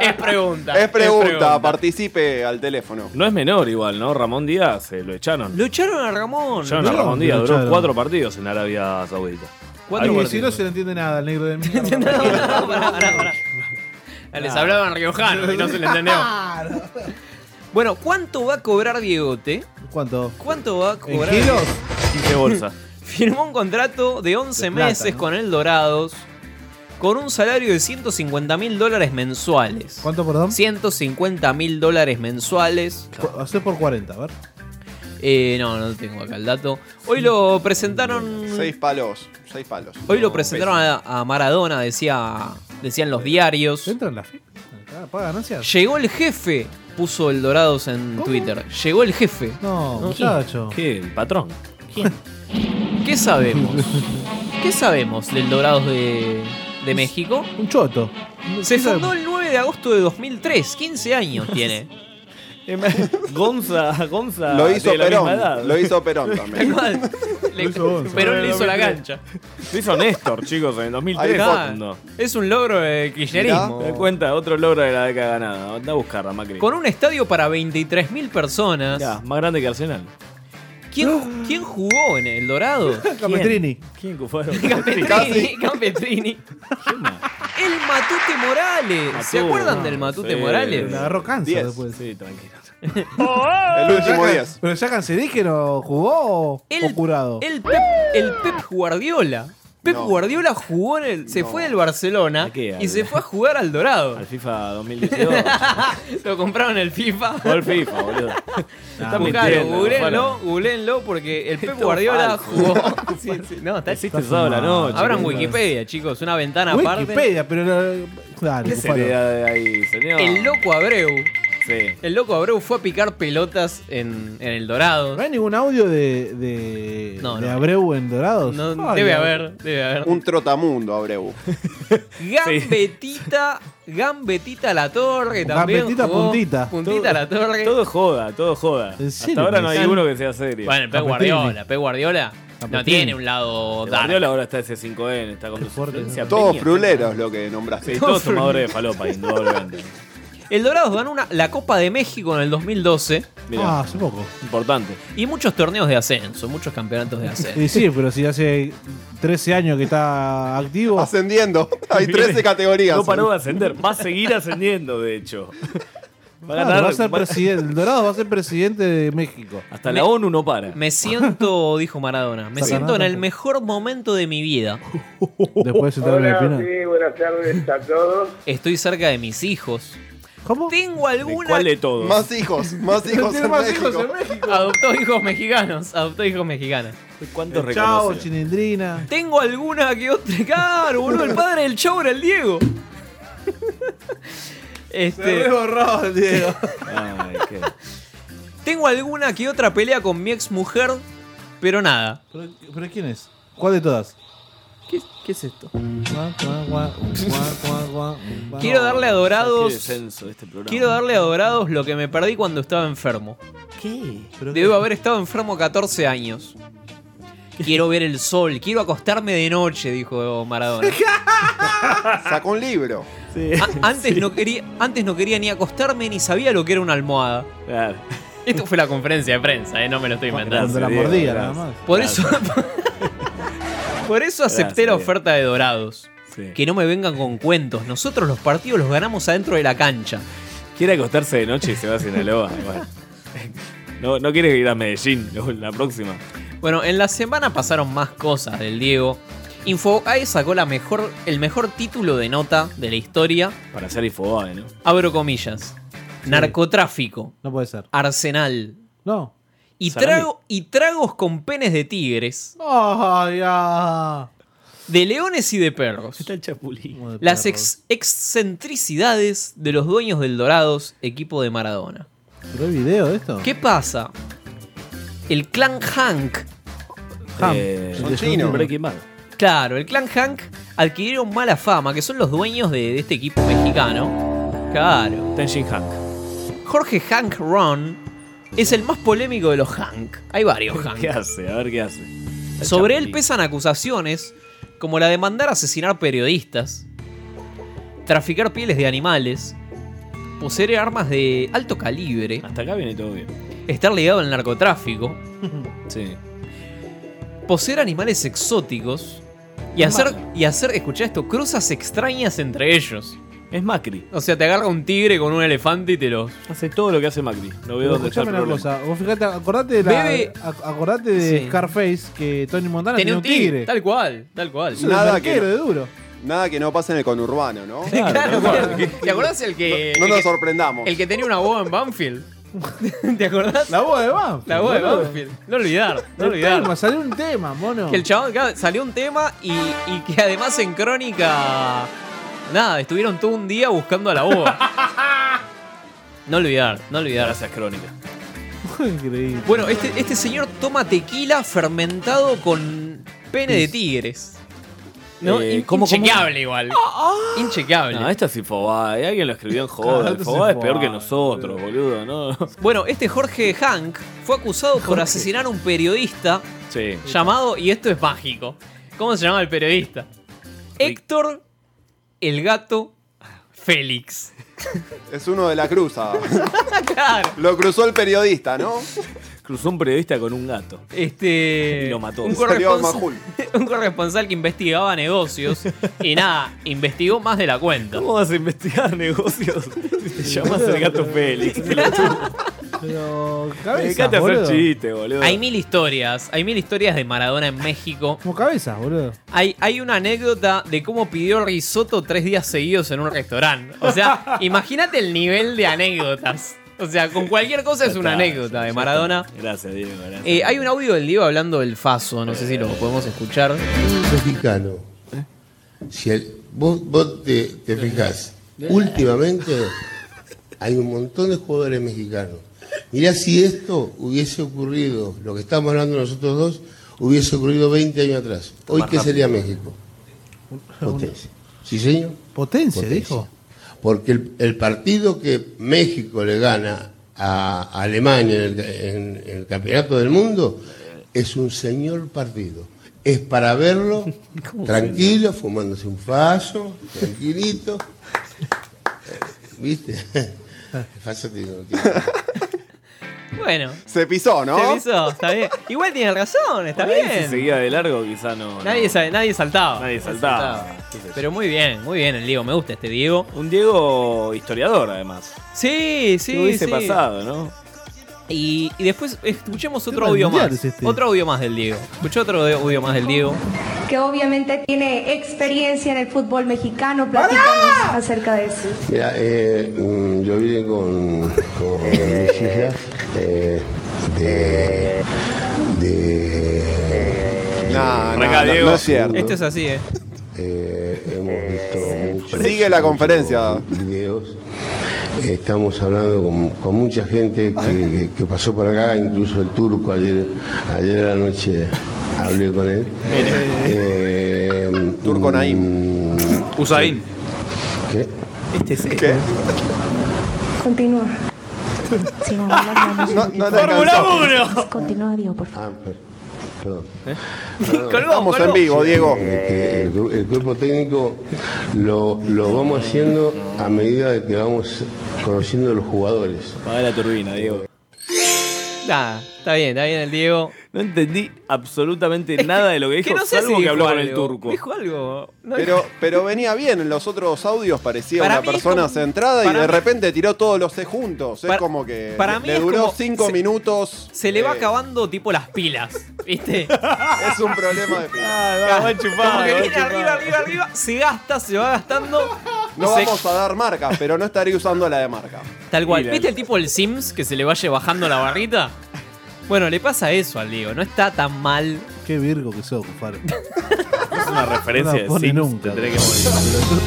Speaker 3: es pregunta.
Speaker 7: Es pregunta, participe al teléfono.
Speaker 5: No es menor igual, ¿no? Ramón Díaz eh, lo echaron.
Speaker 3: Lo echaron a Ramón.
Speaker 5: Lo echaron a
Speaker 4: no,
Speaker 5: Ramón
Speaker 4: lo
Speaker 5: Díaz, duró
Speaker 4: echaron.
Speaker 5: cuatro partidos en Arabia Saudita.
Speaker 4: Y
Speaker 5: Ahí-
Speaker 4: si no se le entiende nada al negro de mí.
Speaker 3: Les hablaban riojano y no se le entendió. Bueno, ¿cuánto va a cobrar Diegote?
Speaker 4: ¿Cuánto?
Speaker 3: ¿Cuánto va a
Speaker 4: ¿En
Speaker 3: cobrar?
Speaker 4: kilos?
Speaker 5: qué bolsa?
Speaker 3: Firmó un contrato de 11
Speaker 4: plata,
Speaker 3: meses
Speaker 4: ¿no?
Speaker 3: con el Dorados con un salario de 150 mil dólares mensuales.
Speaker 4: ¿Cuánto, perdón?
Speaker 3: 150 mil dólares mensuales.
Speaker 4: Hacé por 40, a ver.
Speaker 3: Eh, no, no tengo acá el dato. Hoy lo presentaron.
Speaker 7: Seis palos. Seis palos.
Speaker 3: Hoy lo presentaron a, a Maradona, decía, decían los diarios.
Speaker 4: Ah, ¿Paga ganancias?
Speaker 3: Llegó el jefe, puso el Dorados en Twitter. Llegó el jefe.
Speaker 4: No, muchacho.
Speaker 5: ¿Qué? ¿El patrón?
Speaker 3: ¿Qué sabemos? ¿Qué sabemos del Dorados de, de México?
Speaker 4: Un choto.
Speaker 3: Se
Speaker 4: ¿Qué sabe?
Speaker 3: fundó el 9 de agosto de 2003, 15 años tiene.
Speaker 5: Gonza, Gonza.
Speaker 7: Lo hizo
Speaker 5: de la misma edad.
Speaker 7: Perón. Lo hizo Perón también.
Speaker 3: Le- Perón le hizo la cancha.
Speaker 5: Lo hizo Néstor, chicos, en el 2003.
Speaker 3: Ahí está.
Speaker 5: No.
Speaker 3: Es un logro de kirchnerismo.
Speaker 5: Te das cuenta, otro logro de la década ganada. Anda a buscar a Macri.
Speaker 3: Con un estadio para 23.000 personas.
Speaker 5: Mirá, más grande que Arsenal.
Speaker 3: ¿Quién, quién jugó en El Dorado?
Speaker 4: Campetrini.
Speaker 5: ¿Quién fueron?
Speaker 3: Campetrini. Campetrini. El Matute Morales. ¿Se
Speaker 5: Matute,
Speaker 3: acuerdan
Speaker 5: no,
Speaker 3: del Matute
Speaker 5: sí.
Speaker 3: Morales?
Speaker 4: Le agarró cáncer
Speaker 5: Diez.
Speaker 4: después.
Speaker 5: Sí, tranquilo.
Speaker 7: El último día.
Speaker 4: ¿Pero ya cancerígeno jugó o,
Speaker 3: El-
Speaker 4: o curado?
Speaker 3: El Pep, el Pep Guardiola. Pep
Speaker 5: No.
Speaker 3: Guardiola jugó en el, se fue del Barcelona y se fue a jugar al Dorado.
Speaker 5: Al FIFA 2018.
Speaker 3: Lo compraron el FIFA.
Speaker 5: Jugó al FIFA, boludo. Está
Speaker 3: Buscalo,
Speaker 5: mintiendo,
Speaker 3: googleenlo,
Speaker 5: Juan.
Speaker 3: googleenlo porque el Pep
Speaker 5: todo
Speaker 3: Guardiola
Speaker 5: falso.
Speaker 3: jugó. Sí, sí, no, está
Speaker 5: Existe el sábado a la noche.
Speaker 3: Abran
Speaker 5: ¿qué
Speaker 3: Wikipedia, chicos, una ventana aparte.
Speaker 4: Wikipedia, pero. la- Dale,
Speaker 5: ¿Qué
Speaker 4: Cufaro.
Speaker 5: seriedad de ahí, señor?
Speaker 3: El loco Abreu El loco Abreu fue a picar pelotas en, en El Dorado.
Speaker 4: ¿No hay ningún audio de, de,
Speaker 3: No,
Speaker 4: de
Speaker 3: no.
Speaker 4: Abreu en Dorados?
Speaker 3: No,
Speaker 4: Ay,
Speaker 3: debe
Speaker 4: Abreu.
Speaker 3: haber, debe haber.
Speaker 7: Un trotamundo, Abreu.
Speaker 3: Gambetita, Gambetita a la torre también.
Speaker 5: Gambetita
Speaker 3: jugó.
Speaker 5: puntita.
Speaker 3: Puntita a la torre.
Speaker 5: Todo joda, todo joda. Hasta
Speaker 3: serio,
Speaker 5: ahora no
Speaker 3: me
Speaker 5: hay
Speaker 3: dicen?
Speaker 5: uno que sea serio.
Speaker 3: Bueno, Pep Guardiola, Pep Guardiola no
Speaker 5: Capetín.
Speaker 3: tiene un lado dark.
Speaker 5: Guardiola ahora está ese 5N, está con su
Speaker 7: Todos fruleros lo que nombraste.
Speaker 5: Sí, todos fumadores de falopa, indudablemente.
Speaker 3: El Dorados ganó una- la Copa de México en el 2012.
Speaker 4: Ah, hace poco.
Speaker 5: Importante.
Speaker 3: Y muchos torneos de ascenso, muchos campeonatos de ascenso.
Speaker 4: Y sí, pero si hace 13 años que está activo.
Speaker 7: Ascendiendo. Hay 13 categorías.
Speaker 5: No paró de ascender, va a seguir ascendiendo, de hecho. Va a
Speaker 4: Claro,
Speaker 5: ganar-
Speaker 4: va a ser
Speaker 5: va-
Speaker 4: presidente. El Dorado va a ser presidente de México.
Speaker 5: Hasta la ONU no para.
Speaker 3: Me siento, dijo Maradona, me
Speaker 4: Satanás
Speaker 3: siento en el
Speaker 4: tampoco.
Speaker 3: mejor momento de mi vida.
Speaker 4: Después de su término de final.
Speaker 15: buenas tardes a todos.
Speaker 3: Estoy cerca de mis hijos.
Speaker 4: ¿Cómo?
Speaker 3: Tengo alguna.
Speaker 5: ¿Cuál de todos?
Speaker 7: Más hijos, más hijos en México.
Speaker 3: Adoptó hijos mexicanos, adoptó hijos mexicanos.
Speaker 5: ¿Cuántos
Speaker 4: Eh, Chao, Chilindrina.
Speaker 3: Tengo alguna que otra. Claro, boludo, el padre del chau era el Diego. Este,
Speaker 4: Diego.
Speaker 5: Ay, qué-
Speaker 3: tengo alguna que otra pelea con mi ex mujer, pero nada.
Speaker 4: ¿Pero, pero quién es? ¿Cuál de todas?
Speaker 3: ¿Qué, qué es esto? Quiero
Speaker 4: Quiero
Speaker 3: darle a Dorados.
Speaker 5: Qué descenso este programa.
Speaker 3: Quiero darle a Dorados lo que me perdí cuando estaba enfermo.
Speaker 5: ¿Qué?
Speaker 3: Debo haber estado enfermo 14 años. Quiero ver el sol, quiero acostarme de noche, dijo Maradona.
Speaker 7: Sacó un libro.
Speaker 3: A- antes, no quería, antes no quería ni acostarme ni sabía lo que era una almohada. Esto fue la conferencia de prensa, eh, no me lo estoy inventando.
Speaker 4: Cuando la mordía, nada más.
Speaker 3: Por eso, por eso acepté
Speaker 4: Gracias,
Speaker 3: la
Speaker 4: Diego.
Speaker 3: oferta de Dorados. Que no me vengan con cuentos. Nosotros los partidos los ganamos adentro de la cancha.
Speaker 5: Quiere acostarse de noche y se va a Sinaloa. bueno. No, no quiere ir a Medellín, no, la próxima.
Speaker 3: Bueno, en la semana pasaron más cosas del Diego. InfoAe sacó la mejor, el mejor título de nota de la historia.
Speaker 5: Para hacer Infobae, ¿no?
Speaker 3: Abro comillas. Narcotráfico.
Speaker 4: No puede ser.
Speaker 3: Arsenal.
Speaker 4: No.
Speaker 3: Y,
Speaker 4: Sarandí.
Speaker 3: trago, y tragos con penes de tigres.
Speaker 4: Ay, ah.
Speaker 3: De leones y de perros.
Speaker 5: Está el chapulín.
Speaker 3: Las ex- excentricidades de los dueños del Dorados, equipo de Maradona.
Speaker 4: ¿Pero hay video de esto?
Speaker 3: ¿Qué pasa? El clan Hank.
Speaker 4: Ham.
Speaker 5: Eh,
Speaker 3: Son chinos.
Speaker 5: Breaking Bad.
Speaker 3: Claro, el clan Hank adquirieron mala fama, que son los dueños de, de este equipo mexicano. Claro.
Speaker 5: Tenjin Hank.
Speaker 3: Jorge Hank Ron es el más polémico de los Hank. Hay varios Hank.
Speaker 5: ¿Qué hace? A ver qué hace. El
Speaker 3: Sobre él
Speaker 5: Chapulín.
Speaker 3: pesan acusaciones como la de mandar a asesinar periodistas, traficar pieles de animales, poseer armas de alto calibre.
Speaker 5: Hasta acá viene todo bien.
Speaker 3: Estar ligado al narcotráfico,
Speaker 5: Sí.
Speaker 3: poseer animales exóticos y
Speaker 5: Es
Speaker 3: hacer,
Speaker 5: Macri.
Speaker 3: y hacer, escuchá esto, cruzas extrañas entre ellos.
Speaker 5: Es Macri.
Speaker 3: O sea, te agarra un tigre con un elefante y te los...
Speaker 5: Hace todo lo que hace Macri. No veo
Speaker 4: Pero
Speaker 5: dónde está el
Speaker 4: escuchame una
Speaker 5: problema.
Speaker 4: cosa. Vos fijate, acordate de, la-
Speaker 3: Bebe-
Speaker 4: ac- acordate de
Speaker 3: Sí.
Speaker 4: Scarface que Tony Montana
Speaker 3: Tenía
Speaker 4: tenía un tigre.
Speaker 3: Tal cual, tal cual.
Speaker 4: Es un arquero de duro.
Speaker 7: Nada que no pase en el conurbano, ¿no?
Speaker 3: Claro, ¿Te acordás el que...
Speaker 7: No
Speaker 3: el
Speaker 7: nos
Speaker 3: que-
Speaker 7: sorprendamos.
Speaker 3: El que tenía una boa en Banfield. ¿Te acordás?
Speaker 4: La voz de Banfield.
Speaker 3: La boa de
Speaker 4: boludo.
Speaker 3: Banfield. No olvidar, no
Speaker 4: El tema,
Speaker 3: olvidar.
Speaker 4: salió un tema, mono.
Speaker 3: Que el chabón claro, salió un tema y, y que además en crónica. Nada, estuvieron todo un día buscando a la boa. No olvidar, no olvidar.
Speaker 5: Gracias, Crónica.
Speaker 4: Increíble.
Speaker 3: Bueno, este, este señor toma tequila fermentado con pene de tigres. ¿No?
Speaker 5: Eh,
Speaker 3: In-
Speaker 5: ¿cómo, cómo?
Speaker 3: inchequeable igual. Inchequeable.
Speaker 5: No, esta es Infobae. Alguien lo escribió en joda.
Speaker 3: Claro,
Speaker 5: Infobae
Speaker 3: Infobae.
Speaker 5: es peor que nosotros, boludo, ¿no?
Speaker 3: Bueno, este Jorge Hank fue acusado por asesinar a un periodista
Speaker 5: Sí.
Speaker 3: llamado, y esto es mágico. ¿Cómo se llama el periodista? Héctor el gato Félix.
Speaker 7: Es uno de la cruza.
Speaker 3: claro.
Speaker 7: Lo cruzó el periodista, ¿no?
Speaker 5: Cruzó un periodista con un gato.
Speaker 3: Este.
Speaker 5: Y lo mató.
Speaker 3: Un
Speaker 7: Salió
Speaker 3: corresponsal,
Speaker 7: Majul.
Speaker 3: un corresponsal que investigaba negocios y nada, investigó más de la cuenta.
Speaker 5: ¿Cómo vas a investigar negocios? Te llamas el gato Félix.
Speaker 4: Pero.
Speaker 5: Dedicate
Speaker 4: Cabeza,
Speaker 5: a hacer
Speaker 4: boludo.
Speaker 5: chistes, boludo.
Speaker 3: Hay mil historias, hay mil historias de Maradona en México.
Speaker 4: Como cabeza, boludo.
Speaker 3: Hay, hay una anécdota de cómo pidió risotto tres días seguidos en un restaurante. O sea, imagínate el nivel de anécdotas. O sea, con cualquier cosa es una
Speaker 5: Ya está,
Speaker 3: anécdota
Speaker 5: ya
Speaker 3: de
Speaker 5: está.
Speaker 3: Maradona.
Speaker 5: Gracias, Diego. Gracias.
Speaker 3: Eh, hay un audio del Diego hablando del Faso, no sé si lo podemos escuchar.
Speaker 13: mexicano, si el- vos, vos te, te fijás, últimamente Hay un montón de jugadores mexicanos. Mirá si esto hubiese ocurrido, lo que estamos hablando nosotros dos, hubiese ocurrido 20 años atrás. Hoy,
Speaker 4: Más
Speaker 13: ¿qué
Speaker 4: rápido.
Speaker 13: sería México? Potencia. ¿Sí, señor?
Speaker 4: Potencia, dijo.
Speaker 13: Porque el, el partido que México le gana a Alemania en el, en- en el Campeonato del Mundo es un señor partido. Es para verlo tranquilo, fumándose un faso, tranquilito. ¿Viste?
Speaker 4: Ah.
Speaker 13: El faso tiene- tiene-
Speaker 3: Bueno.
Speaker 7: Se pisó, Oh, ¿no?
Speaker 3: Se pisó, está bien. Igual tiene razón, está
Speaker 5: Nadie
Speaker 3: bien.
Speaker 5: Si seguía de largo, quizá no.
Speaker 3: Nadie,
Speaker 5: no.
Speaker 3: sa- nadie saltaba.
Speaker 5: Nadie saltaba.
Speaker 3: Pero muy bien, muy bien el Diego. Me gusta este Diego.
Speaker 5: Un Diego historiador, además.
Speaker 3: Sí, sí.
Speaker 5: ¿Qué hubiese
Speaker 3: sí.
Speaker 5: pasado, no?
Speaker 3: Y, y después escuchemos otro
Speaker 5: Tema
Speaker 3: audio
Speaker 5: mundial
Speaker 3: más.
Speaker 5: es este.
Speaker 3: Otro audio más del Diego. Escuché otro audio más del Diego.
Speaker 16: que obviamente tiene experiencia en el fútbol mexicano. Platícanos acerca de eso.
Speaker 13: Mira, eh, mm, yo vine con, con mis hijas eh, de. de.
Speaker 7: No, no, Venga, no, Diego. no es cierto.
Speaker 3: Esto es así, ¿eh?
Speaker 13: Eh, hemos visto muchos,
Speaker 7: Sigue la conferencia.
Speaker 13: videos. Estamos hablando con, con mucha gente que, que- que pasó por acá, incluso el turco ayer, ayer a la noche hablé con él. Eh, turco Naim.
Speaker 6: Usain.
Speaker 13: mm, ¿Qué?
Speaker 6: Este es
Speaker 7: ¿Qué?
Speaker 16: Continúa. Si no, hablamos,
Speaker 7: No, no le alcanzó.
Speaker 16: Continúa, Diego, por
Speaker 13: Ah, per- perdón.
Speaker 7: Estamos en vivo, Diego.
Speaker 13: Este, el, gru- el cuerpo técnico lo, lo vamos haciendo a medida de que vamos conociendo a los jugadores.
Speaker 5: Paga la turbina, Diego.
Speaker 3: Nah, está bien, está bien el Diego.
Speaker 5: No entendí absolutamente nada de lo que dijo,
Speaker 3: que no sé
Speaker 5: salvo
Speaker 3: si
Speaker 5: que habló
Speaker 3: dijo
Speaker 5: con el
Speaker 3: algo.
Speaker 5: turco.
Speaker 3: Dijo algo. No-
Speaker 7: Pero, pero venía bien, en los otros audios parecía
Speaker 3: Para
Speaker 7: una
Speaker 3: mí es
Speaker 7: persona
Speaker 3: como-
Speaker 7: centrada y
Speaker 3: para
Speaker 7: de
Speaker 3: mí-
Speaker 7: repente tiró todos los C juntos. es como que
Speaker 3: para
Speaker 7: le-
Speaker 3: mí
Speaker 7: le
Speaker 3: es
Speaker 7: duró
Speaker 3: como-
Speaker 7: cinco
Speaker 3: se-
Speaker 7: minutos.
Speaker 3: Se le va
Speaker 7: eh,
Speaker 3: acabando tipo las pilas, ¿viste? Ah,
Speaker 7: Es un problema de pila.
Speaker 5: va chupado,
Speaker 3: Como que
Speaker 5: va
Speaker 3: viene
Speaker 5: chupado.
Speaker 3: arriba, arriba, arriba, se gasta, se va gastando.
Speaker 7: No
Speaker 3: se-
Speaker 7: vamos a dar marcas, pero no estaría usando la de marca.
Speaker 3: Tal cual.
Speaker 7: Mira.
Speaker 3: ¿Viste el tipo del Sims que se le vaya bajando la barrita? Bueno, le pasa eso al Diego, no está tan mal.
Speaker 4: Qué virgo que sos, compadre.
Speaker 5: Es una referencia
Speaker 4: No la
Speaker 5: de
Speaker 4: pone
Speaker 5: Sims,
Speaker 4: nunca.
Speaker 5: tendré que morir.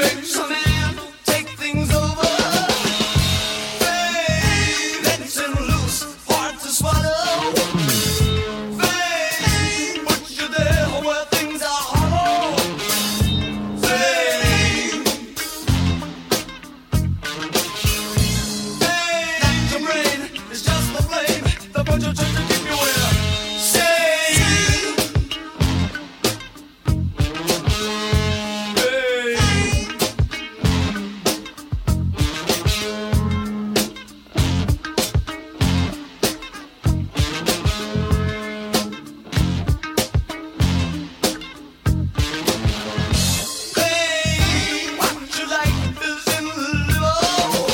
Speaker 9: Maybe somehow we'll take things over. Fame, letting loose, hard to swallow. Fame, put you there where things are hollow. Fame, fame, that your brain is just a flame. The bunch of tricks to keep you where. Same. What you like is in the low.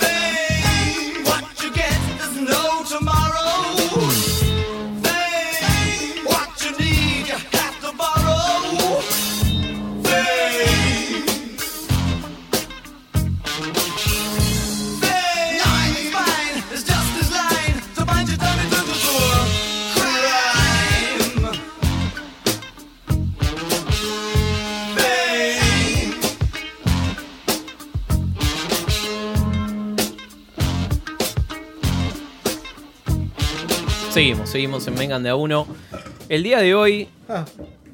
Speaker 9: Fame, what you get is no tomorrow. Fame, what you need you have to borrow. Fame, fame, nine is fine, it's just his line to bind you down into the door. Crime, fame.
Speaker 3: Seguimos, seguimos en Vengan de a uno. El día de hoy.
Speaker 5: Ah.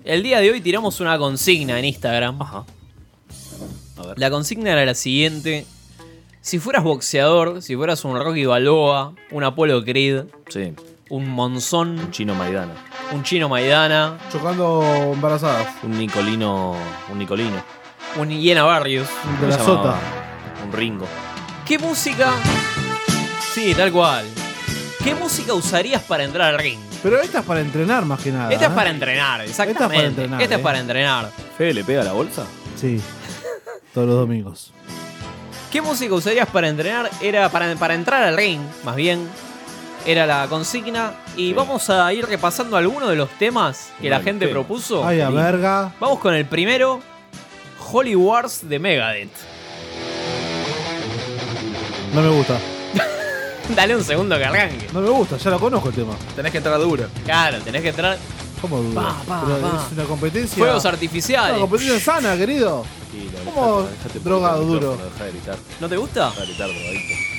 Speaker 3: El día de hoy tiramos una consigna en Instagram. La consigna era la siguiente. Si fueras boxeador, si fueras un Rocky Balboa, un Apolo Creed, un Monzón, un
Speaker 5: chino Maidana,
Speaker 3: un chino Maidana,
Speaker 4: Chocando embarazadas.
Speaker 5: Un Nicolino. Un Nicolino.
Speaker 3: un Iena Barrios,
Speaker 5: ¿Cómo
Speaker 4: la
Speaker 5: se
Speaker 4: Sota.
Speaker 5: llamaba? Un Ringo.
Speaker 3: ¿Qué música? Sí, tal cual. ¿Qué música usarías para entrar al ring?
Speaker 4: Pero esta es para entrenar más que nada.
Speaker 5: Ah.
Speaker 3: Esta es
Speaker 4: ¿eh?
Speaker 3: para entrenar, exactamente. Esta es para entrenar.
Speaker 4: ¿eh?
Speaker 5: Fede le pega la bolsa.
Speaker 4: Sí. Todos los domingos.
Speaker 3: ¿Qué música usarías para entrenar? Era para, para entrar al ring, más bien. Era la consigna. Y vamos a ir repasando algunos de los temas que la
Speaker 4: Dale,
Speaker 3: gente
Speaker 4: temas.
Speaker 3: propuso.
Speaker 4: Ay, a
Speaker 3: Y
Speaker 4: verga.
Speaker 3: Vamos con el primero. Holy Wars de Megadeth.
Speaker 4: No me gusta.
Speaker 3: Dale un segundo que arranque.
Speaker 4: No me gusta, ya lo conozco el tema.
Speaker 3: Tenés que entrar duro. Claro, tenés que entrar.
Speaker 4: ¿Cómo duro?
Speaker 3: Pa, pa,
Speaker 4: Pero
Speaker 3: pa.
Speaker 4: Es una competencia.
Speaker 3: Fuegos
Speaker 4: Es
Speaker 3: artificiales.
Speaker 4: Una competencia sana, querido. ¿Cómo drogado duro?
Speaker 3: ¿No te gusta?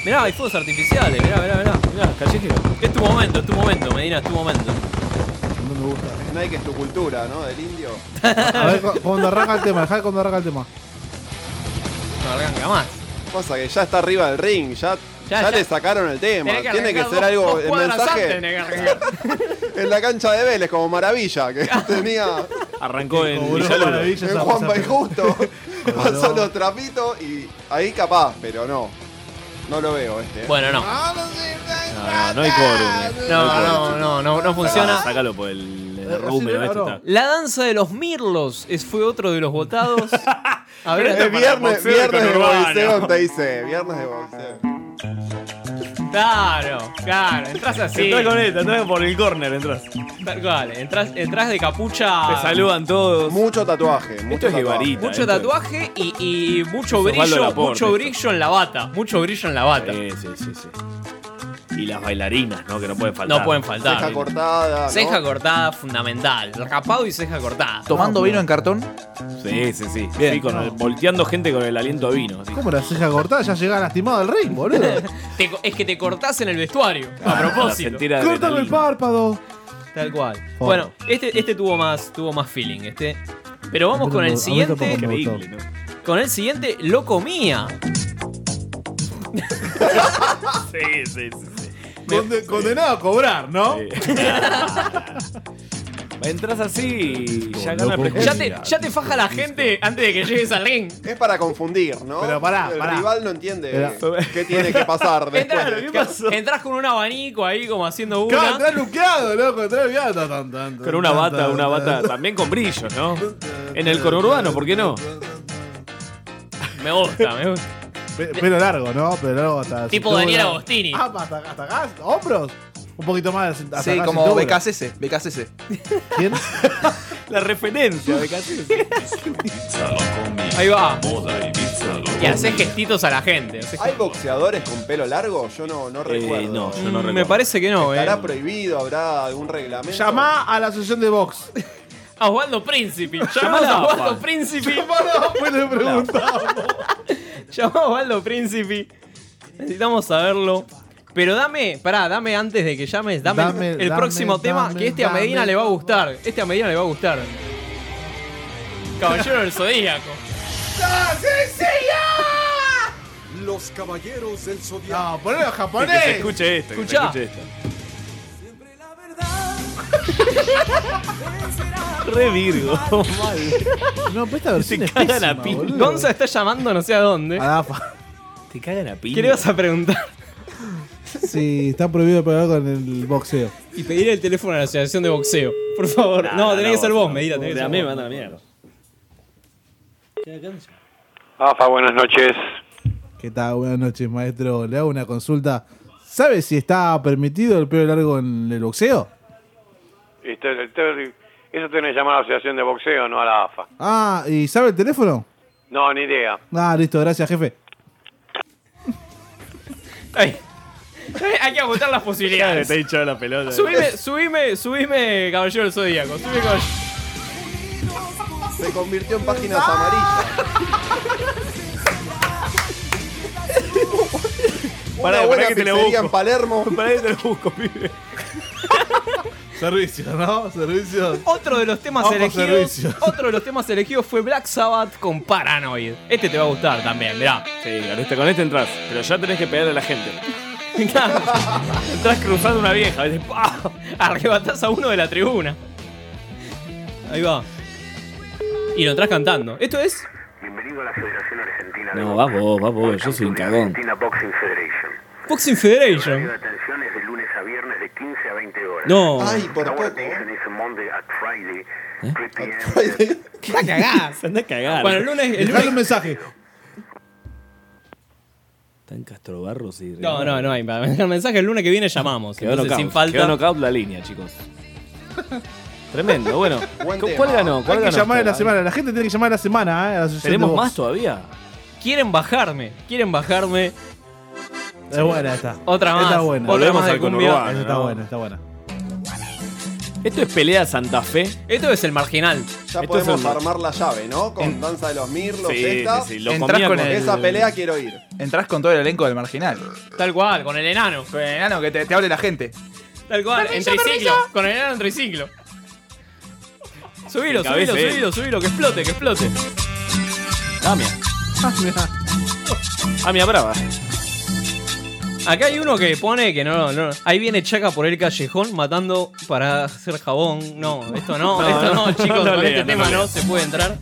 Speaker 3: Mirá, hay fuegos artificiales. Mirá, mirá, mirá. Mirá, callejero. Es tu momento, es tu momento, Medina, es tu momento.
Speaker 4: No me gusta.
Speaker 7: Snake es tu cultura, ¿no? Del indio.
Speaker 4: A ver cu- cuando arranca el tema, dejá cuando arranca el tema.
Speaker 3: No arranca más.
Speaker 7: Pasa que ya está arriba del ring, ya,
Speaker 3: Ya,
Speaker 7: ya,
Speaker 3: ya.
Speaker 7: le sacaron el tema.
Speaker 3: Tenés que
Speaker 7: Tiene que
Speaker 3: arrancar
Speaker 7: ser
Speaker 3: dos-
Speaker 7: algo.
Speaker 3: dos
Speaker 7: el
Speaker 3: cuadras antes
Speaker 7: mensaje
Speaker 3: tenés que arrancar.
Speaker 7: en la cancha de Vélez, como maravilla, que tenía.
Speaker 5: Arrancó en
Speaker 7: Cobró
Speaker 5: Villaluro.
Speaker 7: En Eh, Juan Justo. Pasó los trapitos y ahí capaz, pero no. No lo veo este.
Speaker 3: Bueno, no.
Speaker 5: No, no, no hay quórum. eh.
Speaker 3: No,
Speaker 5: hay
Speaker 3: no,
Speaker 5: quórum.
Speaker 3: no, no, no funciona.
Speaker 5: Sácalo, sácalo por el, el rumbe,
Speaker 3: Eh, Así,
Speaker 5: ¿no? Este
Speaker 3: claro.
Speaker 5: está.
Speaker 3: La danza de los mirlos es, fue otro de los votados. A ver,
Speaker 7: Es viernes,
Speaker 3: boxeo
Speaker 7: viernes
Speaker 3: con
Speaker 7: de
Speaker 3: Urbano.
Speaker 7: boxeo, te dice. Viernes de boxeo.
Speaker 3: Claro, claro, entras así.
Speaker 5: Entrás con esta, entrás por el corner, entras.
Speaker 3: Tal cual, entras, entras de capucha.
Speaker 5: Te saludan todos.
Speaker 7: Mucho tatuaje. Mucho
Speaker 5: Esto es
Speaker 7: tatuaje.
Speaker 5: Ibarita.
Speaker 3: Ah. Mucho
Speaker 5: esto es-
Speaker 3: tatuaje y, y mucho
Speaker 5: Osvaldo
Speaker 3: brillo,
Speaker 5: Laporte,
Speaker 3: mucho
Speaker 5: esto.
Speaker 3: brillo en la bata. Mucho brillo en la bata.
Speaker 5: Sí, sí, sí, sí. Y las bailarinas, ¿no? Que no pueden faltar.
Speaker 3: No pueden faltar.
Speaker 7: Ceja cortada. ¿no?
Speaker 3: Ceja cortada, fundamental. Rapado y ceja cortada.
Speaker 8: ¿Tomando vino en cartón?
Speaker 5: Sí, sí, sí. Sí, con el- volteando gente con el aliento a vino. así.
Speaker 4: ¿Cómo la ceja cortada? Ya llegaba lastimado al ring, boludo.
Speaker 3: Te co- es que te cortás en el vestuario.
Speaker 5: Ah,
Speaker 3: A propósito.
Speaker 5: sentir adrenalina.
Speaker 4: Córtame el párpado.
Speaker 3: Tal cual.
Speaker 4: Oh.
Speaker 3: Bueno, este, este tuvo más, tuvo más feeling, este. Pero vamos
Speaker 4: Pero
Speaker 3: con
Speaker 4: no- a
Speaker 3: el
Speaker 4: mí
Speaker 3: siguiente.
Speaker 4: tampoco me gustó.
Speaker 5: Increíble, ¿no?
Speaker 3: Con el siguiente, Loco Mía.
Speaker 5: Sí, sí, sí. sí.
Speaker 4: Conde- condenado a cobrar, ¿no?
Speaker 5: Entras así y ya gana
Speaker 4: loco.
Speaker 5: prejuicio.
Speaker 3: Ya te, ya te faja la gente antes de que llegues al ring.
Speaker 7: Es para confundir, ¿no?
Speaker 4: Pero pará,
Speaker 7: El
Speaker 4: pará.
Speaker 7: rival no entiende
Speaker 4: Era-
Speaker 7: qué tiene que pasar después.
Speaker 3: Entrás, entrás con un abanico ahí como haciendo
Speaker 4: Claro,
Speaker 3: una.
Speaker 4: está luqueado, loco, está luqueado. Tan, tan, tan,
Speaker 5: Con una
Speaker 4: tan,
Speaker 5: bata,
Speaker 4: tan,
Speaker 5: una
Speaker 4: tan.
Speaker 5: bata también con brillos, ¿no? En el conurbano, ¿por qué no?
Speaker 3: Me gusta, me gusta.
Speaker 4: Pe- Pelo largo, ¿no? Pelo largo hasta.
Speaker 3: Tipo
Speaker 4: cintura.
Speaker 3: Daniel Agostini.
Speaker 4: Ah, pa- hasta, hasta acá, hombros. Un poquito más. Hasta
Speaker 8: Sí,
Speaker 4: acá,
Speaker 8: como
Speaker 4: cintura.
Speaker 8: BKCC, BKCC.
Speaker 4: ¿Quién?
Speaker 5: La referencia de casi.
Speaker 3: Ahí va. Y haces gestitos a la gente. haces-
Speaker 7: ¿Hay boxeadores con pelo largo? Yo no, no recuerdo.
Speaker 5: Eh, no, yo no
Speaker 3: Mm,
Speaker 5: recuerdo.
Speaker 3: Me parece que no, eh.
Speaker 7: ¿Estará prohibido? ¿Habrá algún reglamento?
Speaker 4: Llamá a la asociación de box.
Speaker 3: A Osvaldo Príncipe. Llamá
Speaker 5: Llamá
Speaker 3: a
Speaker 5: a
Speaker 3: Osvaldo
Speaker 5: Osvaldo.
Speaker 3: Príncipe.
Speaker 4: Pará, pues le preguntamos.
Speaker 3: Llamá a Osvaldo Príncipe. Necesitamos saberlo. Pero dame, pará, dame antes de que llames, dame,
Speaker 4: Dame,
Speaker 3: el
Speaker 4: dame,
Speaker 3: próximo tema
Speaker 4: dame,
Speaker 3: que este a Medina
Speaker 4: dame.
Speaker 3: le va a gustar. Este a Medina le va a gustar. Caballero del Zodíaco.
Speaker 17: Los caballeros del zodiaco.
Speaker 4: No, ponelo
Speaker 5: Que se
Speaker 4: japonés.
Speaker 5: escuche esto, que se
Speaker 3: Escuchá.
Speaker 5: escuche este. esto. Re Virgo. mal.
Speaker 4: No, pues esta versión es
Speaker 5: cagan
Speaker 4: pésima,
Speaker 5: a pin-
Speaker 4: boludo.
Speaker 3: Gonza está llamando no sé a dónde.
Speaker 4: Adafa.
Speaker 5: Te cagan a piña.
Speaker 3: ¿Qué le vas a preguntar?
Speaker 4: Sí, está prohibido pegar con el boxeo.
Speaker 3: Y pedir el teléfono a la asociación de boxeo. Por favor. Ah, no, tenés que ser vos, Medina. tenés que
Speaker 5: Te
Speaker 3: ser
Speaker 5: amé,
Speaker 3: vos.
Speaker 5: manda la mierda.
Speaker 15: AFA, buenas noches.
Speaker 4: ¿Qué tal? Buenas noches, maestro. Le hago una consulta. ¿Sabe si está permitido el pelo largo en el boxeo?
Speaker 15: Este, el ter- Eso tiene que llamar a la Asociación de Boxeo, no a la AFA.
Speaker 4: Ah, ¿y sabe el teléfono?
Speaker 15: No, ni idea.
Speaker 4: Ah, listo, gracias, jefe.
Speaker 3: Ay. Ay, Hay que agotar las
Speaker 5: Te
Speaker 3: posibilidades.
Speaker 5: he hinchado la pelota.
Speaker 3: Subime, subime, subime, caballero del zodíaco. Subime, caballero.
Speaker 7: Se convirtió en páginas amarillas.
Speaker 5: Pará,
Speaker 7: Una buena
Speaker 5: pará que te la
Speaker 7: pizzería
Speaker 5: busco.
Speaker 7: en Palermo.
Speaker 5: Pará que te lo busco, pibe.
Speaker 4: Servicio, ¿no? Servicio.
Speaker 3: Otro de los temas
Speaker 4: Vamos,
Speaker 3: elegidos.
Speaker 4: servicio.
Speaker 3: Otro de los temas elegidos fue Black Sabbath con Paranoid. Este te va a gustar también, mirá.
Speaker 5: Sí, con este, con este entras. Pero ya tenés que pegarle a la gente.
Speaker 3: Claro.
Speaker 5: Entrás cruzando una vieja. ¿viste? ¡Pah!
Speaker 3: Arrebatás a uno de la tribuna. Ahí va. Y lo entras cantando. Esto es.
Speaker 15: Bienvenido a la Federación Argentina
Speaker 5: No, vas vos, vas vos. Yo soy un cagón.
Speaker 15: Boxing Federation.
Speaker 3: Boxing Federation.
Speaker 15: atención es de lunes a viernes.
Speaker 14: 15 a 20 horas.
Speaker 3: No.
Speaker 7: Ay, por
Speaker 14: Now,
Speaker 7: poco.
Speaker 14: what attention is Monday at Friday, 3 p.m.
Speaker 3: Anda a cagar, anda a cagar. Bueno, el lunes. El
Speaker 4: Dejale
Speaker 3: lunes...
Speaker 4: un mensaje.
Speaker 5: Están Castrobarros y.
Speaker 3: No, no, no hay el mensaje. El lunes que viene llamamos.
Speaker 5: Quedó
Speaker 3: Entonces,
Speaker 5: knockout,
Speaker 3: sin falta.
Speaker 5: quedó knockout la línea, chicos. Tremendo, bueno.
Speaker 7: Buen
Speaker 5: ¿cu-
Speaker 7: tema.
Speaker 5: ¿Cuál ganó? ¿Cuál
Speaker 4: Hay que
Speaker 5: ganó?
Speaker 4: llamar a la semana. La gente tiene que llamar a la semana. ¿eh? A la asociación de voz.
Speaker 5: todavía?
Speaker 3: Quieren bajarme, quieren bajarme.
Speaker 4: Es buena esta.
Speaker 3: Otra más.
Speaker 4: Está buena.
Speaker 3: Otra
Speaker 5: Volvemos
Speaker 3: más de
Speaker 5: al
Speaker 3: cumbia.
Speaker 5: conurbano,
Speaker 4: Esta está
Speaker 5: ¿no?
Speaker 4: buena, está buena.
Speaker 5: Esto es pelea Santa Fe.
Speaker 3: Esto es el marginal.
Speaker 7: Ya
Speaker 5: Esto es
Speaker 7: podemos
Speaker 5: el-
Speaker 7: armar la llave, ¿no? Con Danza de los Mirlos,
Speaker 5: Sí,
Speaker 7: esta.
Speaker 5: sí, sí, lo
Speaker 7: Entrás
Speaker 5: comíamos.
Speaker 7: con el- Esa pelea quiero ir.
Speaker 8: Entrás con todo el elenco del marginal.
Speaker 3: Tal cual, con el enano.
Speaker 8: Con el enano que te, te hable la gente.
Speaker 3: Tal cual,
Speaker 8: Permiso,
Speaker 3: en triciclo.
Speaker 8: permiso.
Speaker 3: Con el enano en triciclo. Subilo, subilo,
Speaker 5: Encabece él.
Speaker 3: subilo, subilo, que explote, que explote.
Speaker 5: Damia. Damia Brava.
Speaker 3: Acá hay uno que pone que no, no. Ahí viene Chaca por el callejón matando para hacer jabón. No, esto no,
Speaker 5: No,
Speaker 3: esto no,
Speaker 5: no,
Speaker 3: chicos,
Speaker 5: no
Speaker 3: con
Speaker 5: lea,
Speaker 3: este
Speaker 5: no
Speaker 3: tema
Speaker 5: lea.
Speaker 3: no, se puede entrar.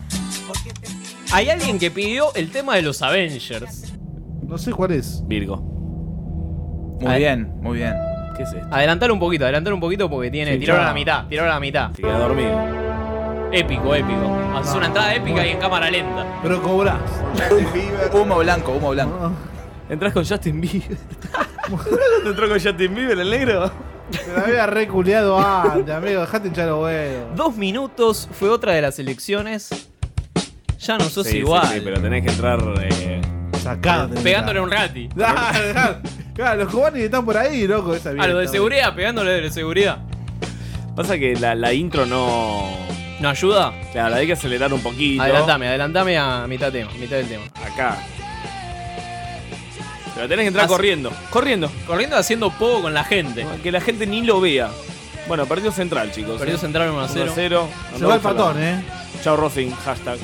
Speaker 3: Hay alguien que pidió el tema de los Avengers.
Speaker 4: No sé cuál es.
Speaker 5: Virgo.
Speaker 8: Muy
Speaker 3: Ahí.
Speaker 8: bien, muy bien.
Speaker 5: ¿Qué es esto?
Speaker 3: Adelantar un poquito, adelantar un poquito porque tiene.
Speaker 8: Sí,
Speaker 3: tiró a
Speaker 8: ya.
Speaker 3: la mitad, tiró a la mitad.
Speaker 5: Te queda dormido. Ah.
Speaker 3: Épico, épico. Haces una entrada épica y en cámara lenta.
Speaker 4: Pero cobrás.
Speaker 8: Humo blanco, humo blanco.
Speaker 3: Ah.
Speaker 5: ¿Entrás con Justin Bieber? ¿Te entró con Justin Bieber el negro?
Speaker 4: Te la había reculeado antes, amigo. Dejate hinchar los huevos.
Speaker 3: Dos minutos fue otra de las elecciones. Ya no sos
Speaker 5: sí,
Speaker 3: igual.
Speaker 5: sí, pero tenés que entrar. eh,
Speaker 4: Sacate.
Speaker 3: Pegándole un rati.
Speaker 4: Dale, dale. Claro, los cubanos están por ahí, loco. Esa
Speaker 3: A lo de
Speaker 4: mierda.
Speaker 3: seguridad, pegándole de seguridad.
Speaker 5: Pasa que la, la intro no.
Speaker 3: ¿No ayuda?
Speaker 5: Claro, la hay que acelerar un poquito.
Speaker 3: Adelantame, adelantame a mitad tema, mitad del tema.
Speaker 5: Acá. Pero tenés que entrar
Speaker 3: Haz-
Speaker 5: corriendo. Corriendo.
Speaker 3: Corriendo haciendo poco con la gente.
Speaker 5: Que la gente ni lo vea. Bueno, perdió central, chicos. eh.
Speaker 3: Perdió central 1 a 0.
Speaker 5: 0.
Speaker 4: Se va el patón, eh.
Speaker 5: Chao Racing, hashtag.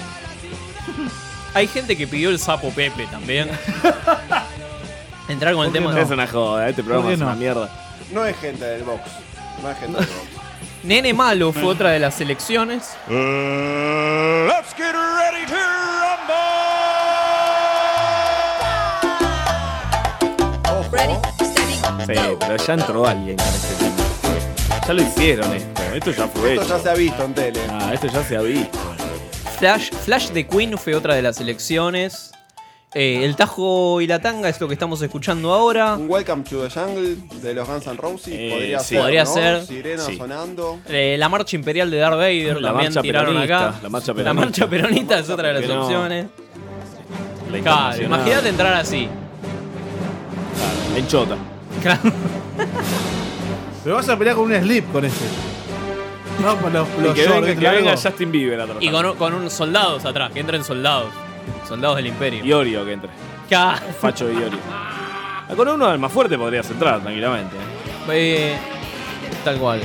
Speaker 3: Hay gente que pidió el sapo Pepe también. Entrar con el tema.
Speaker 5: Es una joda, este
Speaker 4: ¿Por
Speaker 5: programa
Speaker 4: qué
Speaker 5: es una
Speaker 4: no?
Speaker 5: mierda.
Speaker 7: No es gente del box. No es gente del box.
Speaker 3: Nene Malo
Speaker 5: Ah.
Speaker 3: fue otra de las elecciones.
Speaker 5: Eh,
Speaker 17: Let's get ready to
Speaker 5: Sí, pero ya entró alguien con este tema. Ya lo hicieron esto. Esto ya fue
Speaker 7: Esto ya
Speaker 5: hecho.
Speaker 7: se ha visto en tele.
Speaker 5: Ah, esto ya se ha visto.
Speaker 3: Flash, Flash de Queen fue otra de las elecciones. Eh, el Tajo y la Tanga es lo que estamos escuchando ahora.
Speaker 7: Un Welcome to the Jungle de los Guns N' Roses
Speaker 5: Eh,
Speaker 7: podría
Speaker 5: sí.
Speaker 7: ser.
Speaker 3: Podría
Speaker 7: ¿no?
Speaker 3: ser.
Speaker 7: Sirena
Speaker 5: Sí.
Speaker 7: sonando.
Speaker 3: Eh, la marcha imperial de Darth Vader
Speaker 5: La
Speaker 3: también
Speaker 5: marcha
Speaker 3: tiraron
Speaker 5: peronista,
Speaker 3: acá.
Speaker 5: la marcha peronista.
Speaker 3: marcha peronista es otra de las
Speaker 5: Que no.
Speaker 3: opciones. Claro,
Speaker 5: La internacional.
Speaker 3: imagínate entrar así.
Speaker 5: La enchota.
Speaker 3: Claro.
Speaker 4: Pero vas a pelear con un slip con este. No, con los,
Speaker 5: Y
Speaker 4: los
Speaker 5: que
Speaker 4: shorts
Speaker 5: venga, que
Speaker 4: largos.
Speaker 5: venga Justin Bieber atrás.
Speaker 3: Y con, con unos soldados atrás, que entren soldados. Soldados del imperio.
Speaker 5: Iorio que entre.
Speaker 3: Claro.
Speaker 5: Facho de Iorio. Ah, Con uno del más fuerte podrías entrar tranquilamente. eh.
Speaker 3: Eh, tal cual.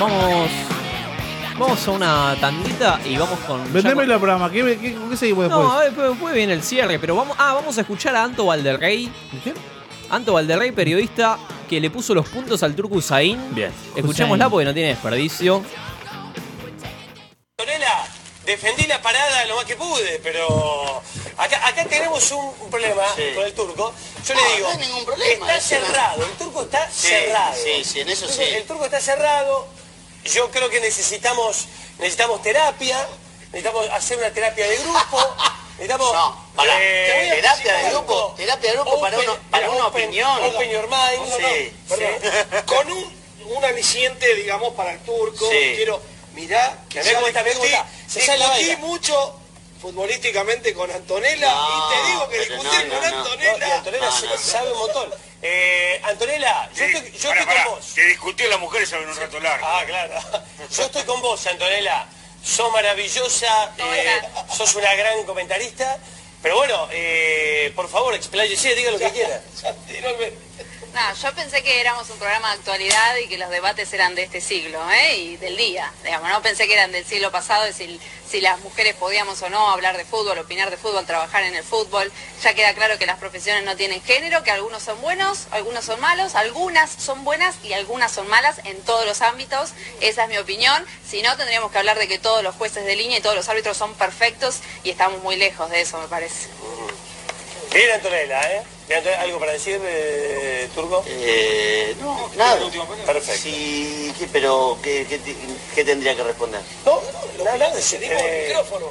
Speaker 3: Vamos. Vamos a una tandita y vamos con.
Speaker 4: Vendeme el programa. ¿Qué, qué, ¿Con qué seguimos después?
Speaker 3: No, eh, después, después viene el cierre, pero vamos. Ah, vamos a escuchar a Anto Valderrey.
Speaker 4: ¿Quién?
Speaker 3: Anto Valderrey, periodista que le puso los puntos al turco Usain.
Speaker 5: Bien.
Speaker 3: Escuchémosla porque no tiene desperdicio.
Speaker 18: Antonella, defendí la parada lo más que pude, pero acá, acá tenemos un, un problema con el turco. Yo le
Speaker 19: No,
Speaker 18: digo,
Speaker 19: Ah, no hay ningún problema,
Speaker 18: está
Speaker 19: decime.
Speaker 18: cerrado, el turco está
Speaker 19: Sí,
Speaker 18: cerrado.
Speaker 19: sí, sí, en eso
Speaker 18: Entonces,
Speaker 19: sí.
Speaker 18: El turco está cerrado, yo creo que necesitamos, necesitamos terapia, necesitamos hacer una terapia de grupo, necesitamos... eh,
Speaker 19: No, pará,
Speaker 18: te voy a
Speaker 19: terapia
Speaker 18: decir
Speaker 19: de
Speaker 18: algo.
Speaker 19: grupo, terapia de grupo para
Speaker 18: Open-
Speaker 19: uno- para
Speaker 18: pero
Speaker 19: una
Speaker 18: open-
Speaker 19: opinión.
Speaker 18: Open your mind, no,
Speaker 19: Sí,
Speaker 18: no, perdón. Con un, un aliciente, digamos, para el turco,
Speaker 19: Sí.
Speaker 18: quiero... Mirá, que
Speaker 19: Mirá cómo está, mirá cómo
Speaker 18: discutí,
Speaker 19: está. Se sale la
Speaker 18: discutí
Speaker 19: vaina.
Speaker 18: mucho futbolísticamente con Antonella
Speaker 19: No,
Speaker 18: y te digo que
Speaker 19: pero
Speaker 18: discutir
Speaker 19: no,
Speaker 18: con
Speaker 19: no, no.
Speaker 18: Antonella.
Speaker 19: No, y Antonella se-
Speaker 18: sabe un montón. Eh, Antonella, yo estoy, yo estoy con vos.
Speaker 19: Que discutió las mujeres en un rato largo.
Speaker 18: Ah, claro. Yo estoy con vos, Antonella. Sos maravillosa, eh, sos una gran comentarista. Pero bueno, eh, por favor, expláyese, diga lo que quiera.
Speaker 20: Nada, yo pensé que éramos un programa de actualidad y que los debates eran de este siglo, ¿eh? Y del día, digamos, no pensé que eran del siglo pasado y si, si las mujeres podíamos o no hablar de fútbol, opinar de fútbol, trabajar en el fútbol. Ya queda claro que las profesiones no tienen género, que algunos son buenos, algunos son malos, algunas son buenas y algunas son malas en todos los ámbitos. Esa es mi opinión. Si no, tendríamos que hablar de que todos los jueces de línea y todos los árbitros son perfectos y estamos muy lejos de eso, me parece.
Speaker 18: Bien, Antonella, ¿eh? Leandro, ¿Algo para decir, eh, Turco?
Speaker 19: Eh, no, nada.
Speaker 18: Perfecto.
Speaker 19: Sí, ¿qué- pero ¿qué, qué te- qué tendría que responder?
Speaker 18: No, no, no, no, cedimos el micrófono.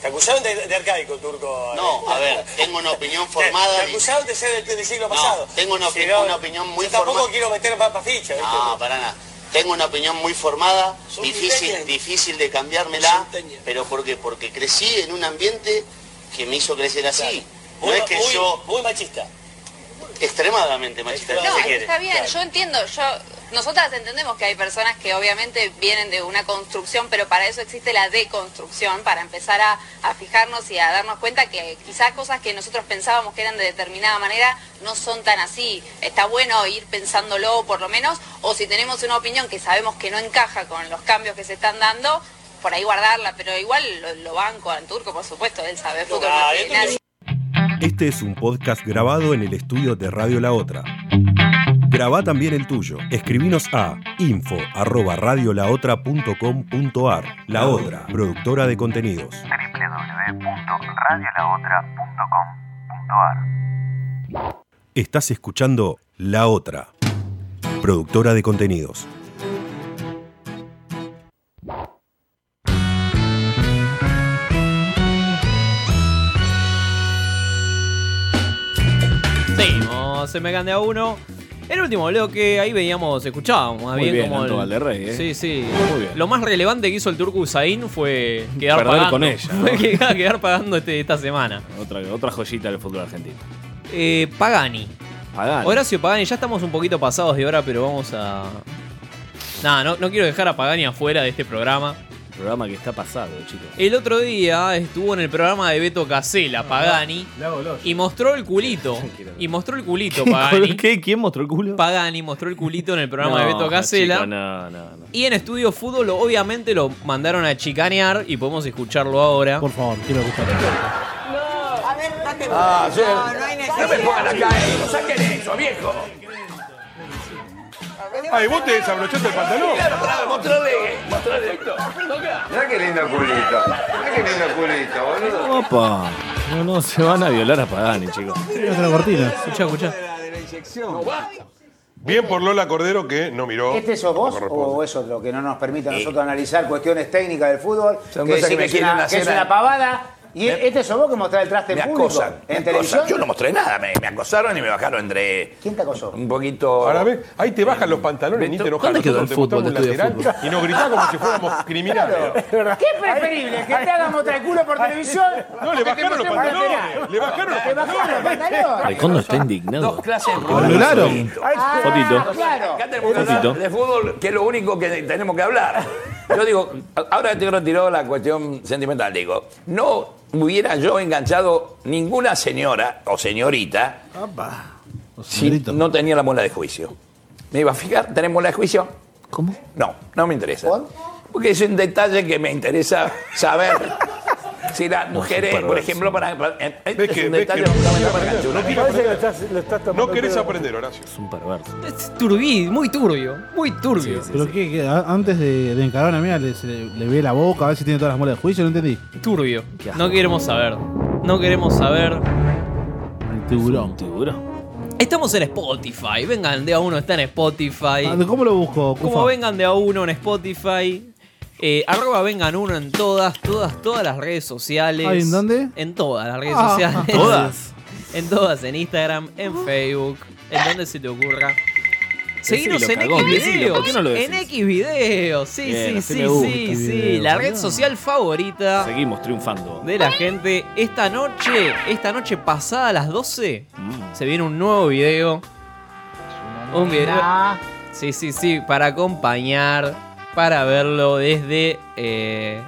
Speaker 18: Te acusaron de, de arcaico, turco.
Speaker 19: No, a ver, tengo una opinión formada
Speaker 18: Te, te
Speaker 19: y-
Speaker 18: acusaron de ser del, del siglo
Speaker 19: No,
Speaker 18: pasado.
Speaker 19: tengo una
Speaker 18: Si
Speaker 19: opi- una opinión muy
Speaker 18: yo tampoco
Speaker 19: formal.
Speaker 18: quiero meter papas fichas. ¿viste?
Speaker 19: No, para nada. Tengo una opinión muy formada,
Speaker 18: Son
Speaker 19: difícil,
Speaker 18: millennials.
Speaker 19: difícil de cambiármela, pero ¿por qué? Porque crecí en un ambiente que me hizo crecer así. No
Speaker 18: Muy-
Speaker 19: es que
Speaker 18: muy-
Speaker 19: yo...
Speaker 18: Muy machista.
Speaker 19: Extremadamente machista,
Speaker 18: No,
Speaker 19: si se quiere.
Speaker 20: Está bien, yo entiendo, yo nosotras entendemos que hay personas que obviamente vienen de una construcción, pero para eso existe la deconstrucción, para empezar a, a fijarnos y a darnos cuenta que quizás cosas que nosotros pensábamos que eran de determinada manera no son tan así. Está bueno ir pensándolo por lo menos, o si tenemos una opinión que sabemos que no encaja con los cambios que se están dando, por ahí guardarla, pero igual lo, lo banco al turco, por supuesto, él sabe fútbol más que nadie.
Speaker 21: Este es un podcast grabado en el estudio de Radio La Otra. Graba también el tuyo. Escribinos a info@radiolaotra.com.ar. La Otra, productora de contenidos.
Speaker 17: www.radiolaotra.com.ar
Speaker 21: Estás escuchando La Otra, productora de contenidos.
Speaker 3: Seguimos, se me a uno. El último bloque, ahí veníamos, escuchábamos más
Speaker 5: Muy bien,
Speaker 3: como
Speaker 5: Anto
Speaker 3: el-
Speaker 5: Valderrey, ¿eh?
Speaker 3: Sí, sí.
Speaker 5: Muy bien.
Speaker 3: Lo más relevante que hizo el turco Usain fue quedar
Speaker 5: Perder
Speaker 3: pagando.
Speaker 5: con ella, ¿no?
Speaker 3: Fue quedar, quedar pagando este- esta semana.
Speaker 5: Otra, otra joyita del fútbol argentino.
Speaker 3: Eh, Pagani.
Speaker 5: Pagani.
Speaker 3: Horacio Pagani, ya estamos un poquito pasados de hora, pero vamos a. Nada, no, no quiero dejar a Pagani afuera de este programa.
Speaker 5: Programa que está pasado, chicos.
Speaker 3: El otro día estuvo en el programa de Beto
Speaker 4: Ah,
Speaker 3: Casella, Pagani, y mostró el culito. Y mostró el culito, Pagani.
Speaker 5: ¿Qué? ¿Quién mostró el culo?
Speaker 3: Pagani mostró el culito en el programa de
Speaker 5: No,
Speaker 3: Beto Casella.
Speaker 5: chico, no, no, no.
Speaker 3: Y en Estudio Fútbol, lo- obviamente, lo mandaron a chicanear y podemos escucharlo ahora. Por
Speaker 4: favor, quiero escucharlo.
Speaker 11: A ver, date
Speaker 3: Ah, sí.
Speaker 11: No, no hay necesidad.
Speaker 14: No me pongan acá, eh. Saquen eso, viejo.
Speaker 17: Ay, vos te desabrochaste el pantalón.
Speaker 14: Mostrale, mostrale esto. Mirá qué lindo culito. Mirá qué lindo culito, boludo.
Speaker 5: Opa. No, no, se van a violar a Pagani, chicos.
Speaker 4: Otra cortina.
Speaker 3: Escucha, escucha.
Speaker 17: Bien por Lola Cordero que no miró.
Speaker 22: ¿Este sos vos o es otro que no nos permite a nosotros analizar cuestiones técnicas del fútbol?
Speaker 6: Son
Speaker 22: que
Speaker 6: cosas
Speaker 22: decir
Speaker 6: que me
Speaker 22: que, es
Speaker 6: quieren
Speaker 22: una, que
Speaker 6: hacer
Speaker 22: es
Speaker 6: a-
Speaker 22: una pavada. Y este sos vos que mostrás el traste
Speaker 6: Me
Speaker 22: en público.
Speaker 6: acosan. me
Speaker 22: ¿En
Speaker 6: acosan.
Speaker 22: televisión?
Speaker 6: Yo no mostré nada, me, me acosaron y me bajaron entre.
Speaker 22: ¿Quién te acosó?
Speaker 6: Un poquito.
Speaker 17: Ahora ves, ahí te bajan los pantalones, ni te enojas.
Speaker 6: ¿dónde quedó
Speaker 17: Nosotros
Speaker 6: el
Speaker 17: te
Speaker 6: fútbol?
Speaker 17: mostramos
Speaker 6: Estudio
Speaker 17: un lateral
Speaker 6: fútbol.
Speaker 17: Y nos gritás como si fuéramos criminales.
Speaker 22: ¿Qué es preferible? ¿Que te hagan mostrar el culo por televisión?
Speaker 17: No, le
Speaker 22: ¿O que te
Speaker 17: bajaron los
Speaker 22: muestren
Speaker 17: pantalones. Le bajaron los
Speaker 22: Te bajaron los pantalones.
Speaker 5: Recondo está indignado.
Speaker 14: clases de
Speaker 5: Violaron. Fotito.
Speaker 22: Claro.
Speaker 14: Acá tenemos que hablar de fútbol, que es lo único que tenemos que hablar. Yo digo, ahora te retiró la cuestión sentimental, digo, no hubiera yo enganchado ninguna señora o señorita si no tenía la mula de juicio. Me iba a fijar, ¿tenés mula de juicio? ¿Cómo? No, no me interesa. Porque es un detalle que me interesa saber. Si las mujeres, por
Speaker 17: perverso.
Speaker 14: ejemplo, para, para- este
Speaker 17: Ves
Speaker 14: es
Speaker 17: que-
Speaker 14: un
Speaker 17: ves
Speaker 14: detalle
Speaker 17: que no-
Speaker 14: fundamental para enganchar una
Speaker 17: no-
Speaker 14: mina.
Speaker 17: No querés aprender, Horacio.
Speaker 5: Es un perverso.
Speaker 3: Es turbí, muy turbio, muy turbio.
Speaker 4: Pero que, que a- antes de, de encarar a una mina le, se le- le ve la boca, a ver si tiene todas las muelas de juicio, no entendí.
Speaker 3: Turbio. No queremos saber. No queremos saber.
Speaker 4: El tiburón.
Speaker 3: Estamos en Spotify. Vengan de a uno, está en Spotify.
Speaker 4: Ah, ¿Cómo lo busco?
Speaker 3: Como
Speaker 4: Cufa?
Speaker 3: vengan de a uno en Spotify. eh, arroba vengan uno en todas, todas, todas las redes sociales.
Speaker 4: Ay, ¿en dónde?
Speaker 3: En todas las redes
Speaker 4: Ah.
Speaker 3: sociales.
Speaker 4: ¿Todas? Ah.
Speaker 3: En todas, en Instagram, en Facebook, en donde se te ocurra.
Speaker 5: Decilo,
Speaker 3: Seguinos en
Speaker 5: cagón,
Speaker 3: X
Speaker 5: decilo, ¿por qué no lo
Speaker 3: en
Speaker 5: decís?
Speaker 3: X videos. Sí,
Speaker 5: Bien,
Speaker 3: sí,
Speaker 5: así
Speaker 3: sí,
Speaker 5: me gusta
Speaker 3: sí,
Speaker 5: el
Speaker 3: sí.
Speaker 5: video,
Speaker 3: la red
Speaker 5: boludo.
Speaker 3: social favorita
Speaker 5: Seguimos triunfando.
Speaker 3: de la gente. Esta noche, esta noche pasada a las 12,
Speaker 5: Mm.
Speaker 3: se viene un nuevo video. Un video.
Speaker 4: Ah.
Speaker 3: Sí, sí, sí, para acompañar, para verlo desde eh,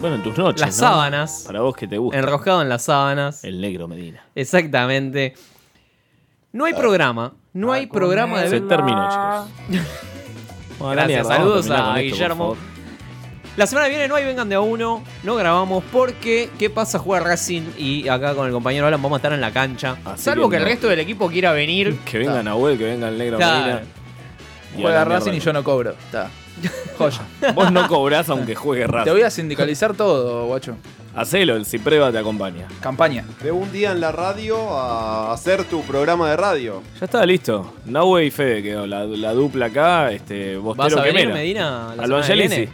Speaker 5: Bueno, en tus noches.
Speaker 3: Las
Speaker 5: ¿no?
Speaker 3: sábanas.
Speaker 5: Para vos que te gusta.
Speaker 3: enroscado en las sábanas.
Speaker 5: El negro Medina. Ah.
Speaker 3: Exactamente. No hay programa, no hay programa de
Speaker 5: Se
Speaker 3: Beto-
Speaker 5: terminó, chicos. Bueno, Dani,
Speaker 3: Gracias,
Speaker 5: vamos a
Speaker 3: saludos
Speaker 5: terminar
Speaker 3: a,
Speaker 5: con esto,
Speaker 3: Guillermo.
Speaker 5: por favor.
Speaker 3: La semana que viene no hay vengan de a uno, no grabamos porque ¿qué pasa? Juega Racing y acá con el compañero Alan vamos a estar en la cancha. Salvo
Speaker 5: que
Speaker 3: que el
Speaker 5: no.
Speaker 3: resto del equipo quiera venir.
Speaker 5: Que venga Nahuel, que venga el negro
Speaker 3: Claro.
Speaker 5: Medina. Y a
Speaker 6: Juega
Speaker 5: la
Speaker 6: Racing y
Speaker 5: mierda.
Speaker 6: yo no cobro. Está. Joya.
Speaker 5: Vos no cobrás aunque juegue Racing.
Speaker 6: Te voy a sindicalizar todo, guacho.
Speaker 5: Hacelo, el Cipreva te acompaña.
Speaker 7: Campaña. De un día en la radio a hacer tu programa de radio.
Speaker 5: Ya está listo. Nahue y Fede quedó la, la dupla acá. Este,
Speaker 3: ¿Vas
Speaker 5: Bostero
Speaker 3: a venir,
Speaker 5: Quemera.
Speaker 3: Medina? la
Speaker 5: Al
Speaker 3: semana que
Speaker 5: Vangelis,
Speaker 3: viene?
Speaker 5: sí.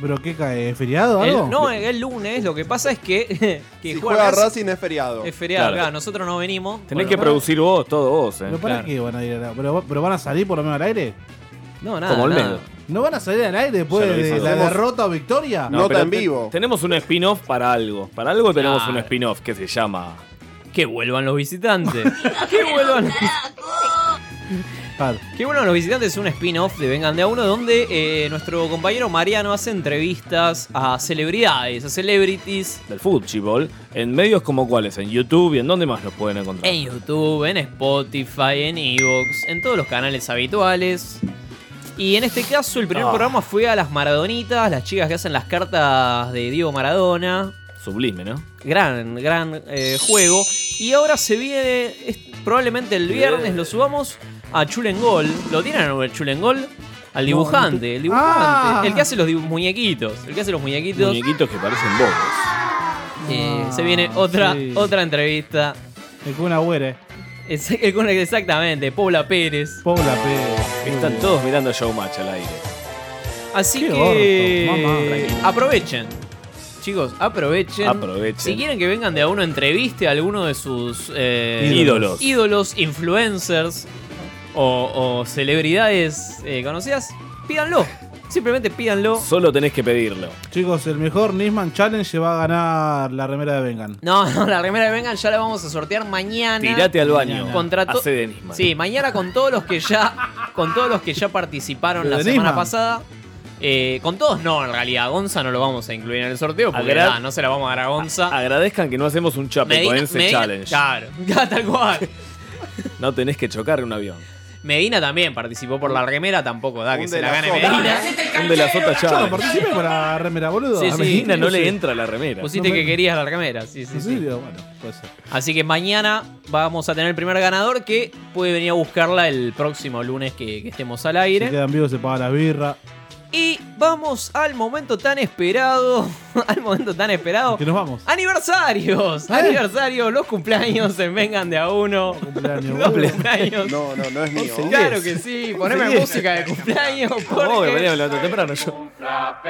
Speaker 4: ¿Pero qué cae? ¿Feriado o
Speaker 3: El-
Speaker 4: algo?
Speaker 3: Eh, no, el lunes lo que pasa es que. que
Speaker 7: Si juega Racing es feriado.
Speaker 3: Es feriado,
Speaker 4: Claro.
Speaker 3: acá, nosotros no venimos.
Speaker 5: Tenés
Speaker 3: Bueno,
Speaker 5: que
Speaker 3: para-
Speaker 5: producir vos, todo vos. Eh.
Speaker 4: ¿Pero para
Speaker 5: Claro.
Speaker 4: qué van a ir al ¿Pero, pero van a salir por lo menos al aire?
Speaker 3: No,
Speaker 5: nada, Como Olmedo. nada.
Speaker 4: ¿No van a salir al aire después
Speaker 5: Ya lo
Speaker 4: de
Speaker 5: hizo.
Speaker 4: la
Speaker 5: Somos-
Speaker 4: derrota o victoria?
Speaker 5: No, pero te- Tenemos un spin-off para algo. Para algo tenemos un spin-off que se llama.
Speaker 3: Que vuelvan los visitantes. que vuelvan. Que bueno, los visitantes es un spin-off de Vengan de a uno donde eh, nuestro compañero Mariano hace entrevistas a celebridades, a celebrities
Speaker 5: Del fútbol. En medios como cuáles, en YouTube y en dónde más los pueden encontrar.
Speaker 3: en YouTube, en Spotify, en Evox, en todos los canales habituales. Y en este caso el primer
Speaker 5: Ah.
Speaker 3: programa fue a las Maradonitas, las chicas que hacen las cartas de Diego Maradona.
Speaker 5: Sublime, ¿no?
Speaker 3: Gran, gran eh, juego. Y ahora se viene, es- probablemente el
Speaker 5: Eh.
Speaker 3: viernes lo subamos a Chulengol. ¿Lo tienen a Chulengol? Al dibujante, el dibujante.
Speaker 4: Ah.
Speaker 3: El que hace los dibu- muñequitos. El que hace los muñequitos.
Speaker 5: Muñequitos que parecen bobos.
Speaker 3: Eh, se viene otra,
Speaker 4: Ah, sí.
Speaker 3: otra entrevista.
Speaker 4: El Kun Agüero, eh.
Speaker 3: Es- el con- Exactamente, Paula Pérez.
Speaker 4: Paula Pérez. Uh.
Speaker 5: Están todos mirando Showmatch al aire.
Speaker 3: Así
Speaker 5: Qué
Speaker 3: que
Speaker 5: orto,
Speaker 3: aprovechen. Chicos, aprovechen.
Speaker 5: Aprovechen.
Speaker 3: Si quieren que vengan de a uno, entreviste a alguno de sus eh,
Speaker 5: Ídolos.
Speaker 3: ídolos, influencers o, o celebridades eh, conocidas, pídanlo. Simplemente pídanlo.
Speaker 5: Solo tenés que pedirlo.
Speaker 4: Chicos, el mejor Nisman Challenge va a ganar la remera de Vengan.
Speaker 3: No, no, la remera de Vengan ya la vamos a sortear mañana.
Speaker 4: Tirate al baño.
Speaker 3: Contra to-
Speaker 4: Hacé de Nisman.
Speaker 3: Sí, mañana con todos los que ya, con todos los que ya participaron la
Speaker 4: Pero de
Speaker 3: semana
Speaker 4: Nisman.
Speaker 3: pasada. Eh, con todos no, en realidad. A Gonza no lo vamos a incluir en el sorteo porque
Speaker 5: Agra-
Speaker 3: nada, no se la vamos a dar a Gonza.
Speaker 5: Agradezcan que no hacemos un chapecoense
Speaker 3: Medina-
Speaker 5: challenge.
Speaker 3: Claro, ya, tal cual.
Speaker 5: No tenés que chocar un avión.
Speaker 3: Medina también participó por la remera, tampoco da que
Speaker 5: Un
Speaker 3: se
Speaker 5: de
Speaker 3: la
Speaker 5: la
Speaker 3: gane
Speaker 5: sopa.
Speaker 3: Medina.
Speaker 5: Un de la sota
Speaker 4: Yo no
Speaker 5: challenge.
Speaker 4: participé por la remera, boludo.
Speaker 3: Sí,
Speaker 4: A
Speaker 3: sí.
Speaker 5: Medina no le
Speaker 4: puse-
Speaker 5: entra la remera.
Speaker 3: Pusiste
Speaker 4: No me-
Speaker 3: que querías la remera, sí, sí,
Speaker 4: ¿En
Speaker 3: sí.
Speaker 4: serio? Bueno, puede ser.
Speaker 3: Así que mañana vamos a tener el primer ganador que puede venir a buscarla el próximo lunes que, que estemos al
Speaker 4: Si
Speaker 3: aire.
Speaker 4: quedan vivos se paga la birra.
Speaker 3: Y vamos al momento tan esperado. al momento tan esperado.
Speaker 4: Que nos vamos.
Speaker 3: Aniversarios,
Speaker 4: ¿Eh?
Speaker 3: aniversarios, los cumpleaños se vengan de a uno. Los cumpleaños.
Speaker 7: No, no, no es mío.
Speaker 3: Claro que sí, poneme
Speaker 7: Sí.
Speaker 3: música de cumpleaños.
Speaker 5: Obvio,
Speaker 3: Porque...
Speaker 5: venía hablando temprano yo.
Speaker 3: Vera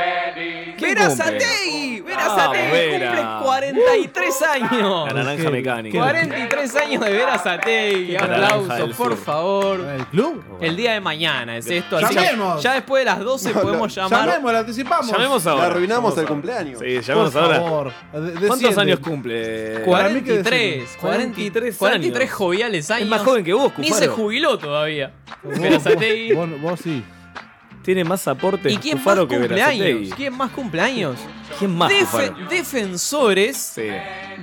Speaker 5: cumple?
Speaker 3: Sategui, Vera
Speaker 5: Vamos,
Speaker 3: Sategui cumple
Speaker 5: Vera.
Speaker 3: 43 años.
Speaker 5: La naranja mecánica.
Speaker 3: 43 años de Vera Sategui.
Speaker 5: La naranja
Speaker 3: Aplausos,
Speaker 5: del
Speaker 3: por
Speaker 5: sur.
Speaker 3: favor.
Speaker 4: ¿El club?
Speaker 3: El día de mañana es esto. así que
Speaker 4: Llamemos.
Speaker 3: Ya después de las 12
Speaker 4: No,
Speaker 3: podemos
Speaker 4: no,
Speaker 3: llamar.
Speaker 4: llamemos, la anticipamos.
Speaker 5: Llamemos ahora.
Speaker 7: Le arruinamos
Speaker 5: Llamemos
Speaker 7: el
Speaker 5: ahora.
Speaker 7: cumpleaños.
Speaker 5: Sí, llamemos
Speaker 4: Por
Speaker 5: ahora.
Speaker 4: favor, de-
Speaker 5: ¿Cuántos
Speaker 4: desciende.
Speaker 5: años cumple?
Speaker 4: Para mí que
Speaker 3: 43, 43, 43
Speaker 5: años.
Speaker 3: joviales años.
Speaker 5: Es más joven que vos,
Speaker 3: Ni
Speaker 5: Cufaro.
Speaker 3: se jubiló todavía.
Speaker 4: Vos-
Speaker 3: Vera Sategui.
Speaker 4: Vos, vos sí.
Speaker 5: Tiene más aporte
Speaker 3: ¿Y quién más
Speaker 5: Cufaro que
Speaker 3: cumpleaños?
Speaker 5: Verazategui.
Speaker 3: ¿Quién más cumpleaños?
Speaker 5: ¿Quién más,
Speaker 3: Defe-
Speaker 5: Cufaro?
Speaker 3: defensores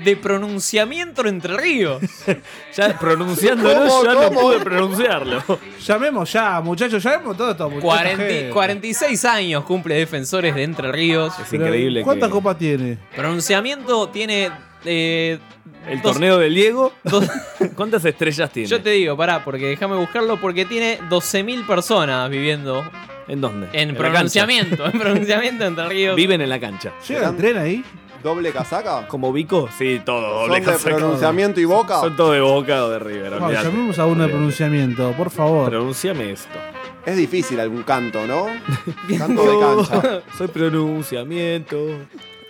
Speaker 3: de pronunciamiento entre ríos.
Speaker 5: ya pronunciándolo
Speaker 3: ¿Cómo,
Speaker 5: ya no
Speaker 3: cómo?
Speaker 5: pude pronunciarlo.
Speaker 4: Llamemos ya, muchachos, llamemos todos estos muchachos.
Speaker 3: 40 46 años cumple defensores de Entre Ríos. Es
Speaker 4: Pero, ¿Cuántas copas tiene?
Speaker 3: Pronunciamiento tiene. eh,
Speaker 5: El
Speaker 3: dos-
Speaker 5: torneo del Diego. ¿Cuántas estrellas tiene?
Speaker 3: Yo te digo, pará, porque déjame buscarlo, porque tiene 12.000 personas viviendo.
Speaker 5: ¿En dónde?
Speaker 3: En
Speaker 5: la
Speaker 3: pronunciamiento,
Speaker 5: cancha.
Speaker 3: en pronunciamiento de Entre Ríos.
Speaker 5: Viven en la cancha.
Speaker 4: ¿Llega el tren ahí?
Speaker 7: ¿Doble casaca?
Speaker 5: ¿Como Vico? Sí, todo. doble
Speaker 7: ¿Son de
Speaker 5: casaca.
Speaker 7: pronunciamiento y boca?
Speaker 5: Son todo de boca o de River.
Speaker 4: Vamos,
Speaker 5: olvidate.
Speaker 4: llamemos a uno de pronunciamiento, por favor.
Speaker 5: Pronunciame esto.
Speaker 7: Es difícil algún canto, ¿no? Canto de cancha.
Speaker 5: Soy pronunciamiento.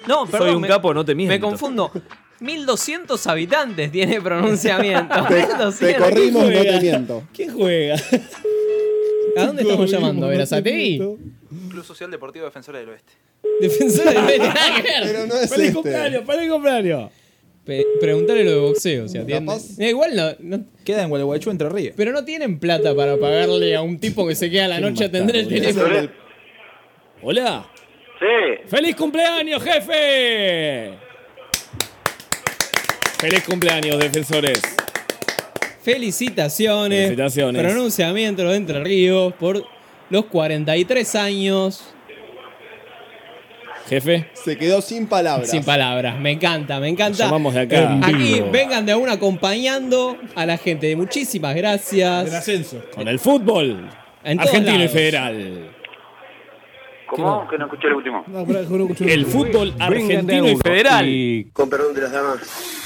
Speaker 3: No, perdón,
Speaker 5: Soy un
Speaker 3: me-
Speaker 5: capo, no te miento.
Speaker 3: Me confundo. 1200 habitantes tiene pronunciamiento.
Speaker 5: Te- te
Speaker 3: 1200.
Speaker 5: corrimos, no te
Speaker 7: miento.
Speaker 3: ¿Quién juega? ¿A dónde estamos llamando? ¿Verazategui?
Speaker 6: Club Social Deportivo Defensora del Oeste.
Speaker 3: Defensor del Oeste, nada que ver.
Speaker 6: Pero no es
Speaker 3: para el
Speaker 6: este.
Speaker 3: cumpleaños, para el cumpleaños. Pe- preguntale lo de boxeo, si atiende. Eh, igual no, Queda en Gualeguaychú entre ríos. Pero no tienen plata para pagarle a un tipo que se queda a la noche a atender el teléfono.
Speaker 5: Hola.
Speaker 1: Sí.
Speaker 5: ¡Feliz cumpleaños, jefe! ¡Feliz cumpleaños, defensores!
Speaker 3: Felicitaciones.
Speaker 5: Felicitaciones.
Speaker 3: Pronunciamiento de Entre Ríos por los 43 años.
Speaker 5: Jefe.
Speaker 7: Se quedó sin palabras.
Speaker 3: Sin palabras, me encanta, me encanta. Eh,
Speaker 5: Nos llamamos de acá. En
Speaker 3: Aquí
Speaker 5: vivo.
Speaker 3: vengan de a uno acompañando a la gente. Muchísimas gracias.
Speaker 5: Del ascenso. Con el fútbol.
Speaker 3: En todos
Speaker 5: argentino y
Speaker 3: lados.
Speaker 5: federal.
Speaker 18: ¿Cómo? Que no escuché el último.
Speaker 4: El fútbol argentino y federal.
Speaker 18: Con perdón de las damas.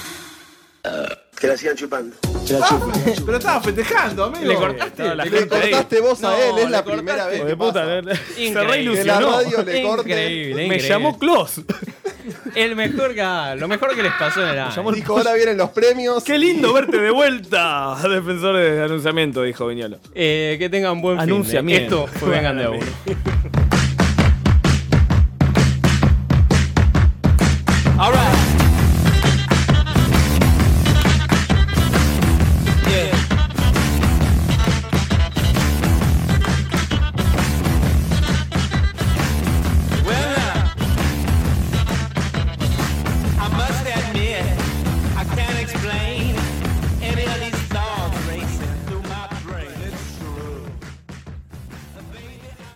Speaker 18: Que la hacían chupando.
Speaker 4: Ah,
Speaker 7: Pero estaba festejando, amigo.
Speaker 18: Le cortaste,
Speaker 7: Eh,
Speaker 18: le
Speaker 7: le
Speaker 18: cortaste
Speaker 7: cortaste vos a
Speaker 18: No,
Speaker 7: él, es
Speaker 18: le
Speaker 7: la
Speaker 18: cortaste.
Speaker 7: primera vez.
Speaker 18: Hijo
Speaker 7: que
Speaker 18: de puta,
Speaker 7: pasa.
Speaker 18: le-
Speaker 7: Que
Speaker 3: se reilusionó.
Speaker 7: la radio le corte.
Speaker 3: Increíble,
Speaker 7: Me
Speaker 3: increíble.
Speaker 7: llamó
Speaker 4: Klaus.
Speaker 3: El mejor que, lo mejor que les pasó en el año.
Speaker 23: Dijo, ahora vienen los premios.
Speaker 5: Qué lindo verte de vuelta, defensores de anunciamiento, dijo Viñolo.
Speaker 3: Eh, que tengan buen fin de-
Speaker 5: Anunciamiento.
Speaker 3: Esto fue Vengan de a Uno.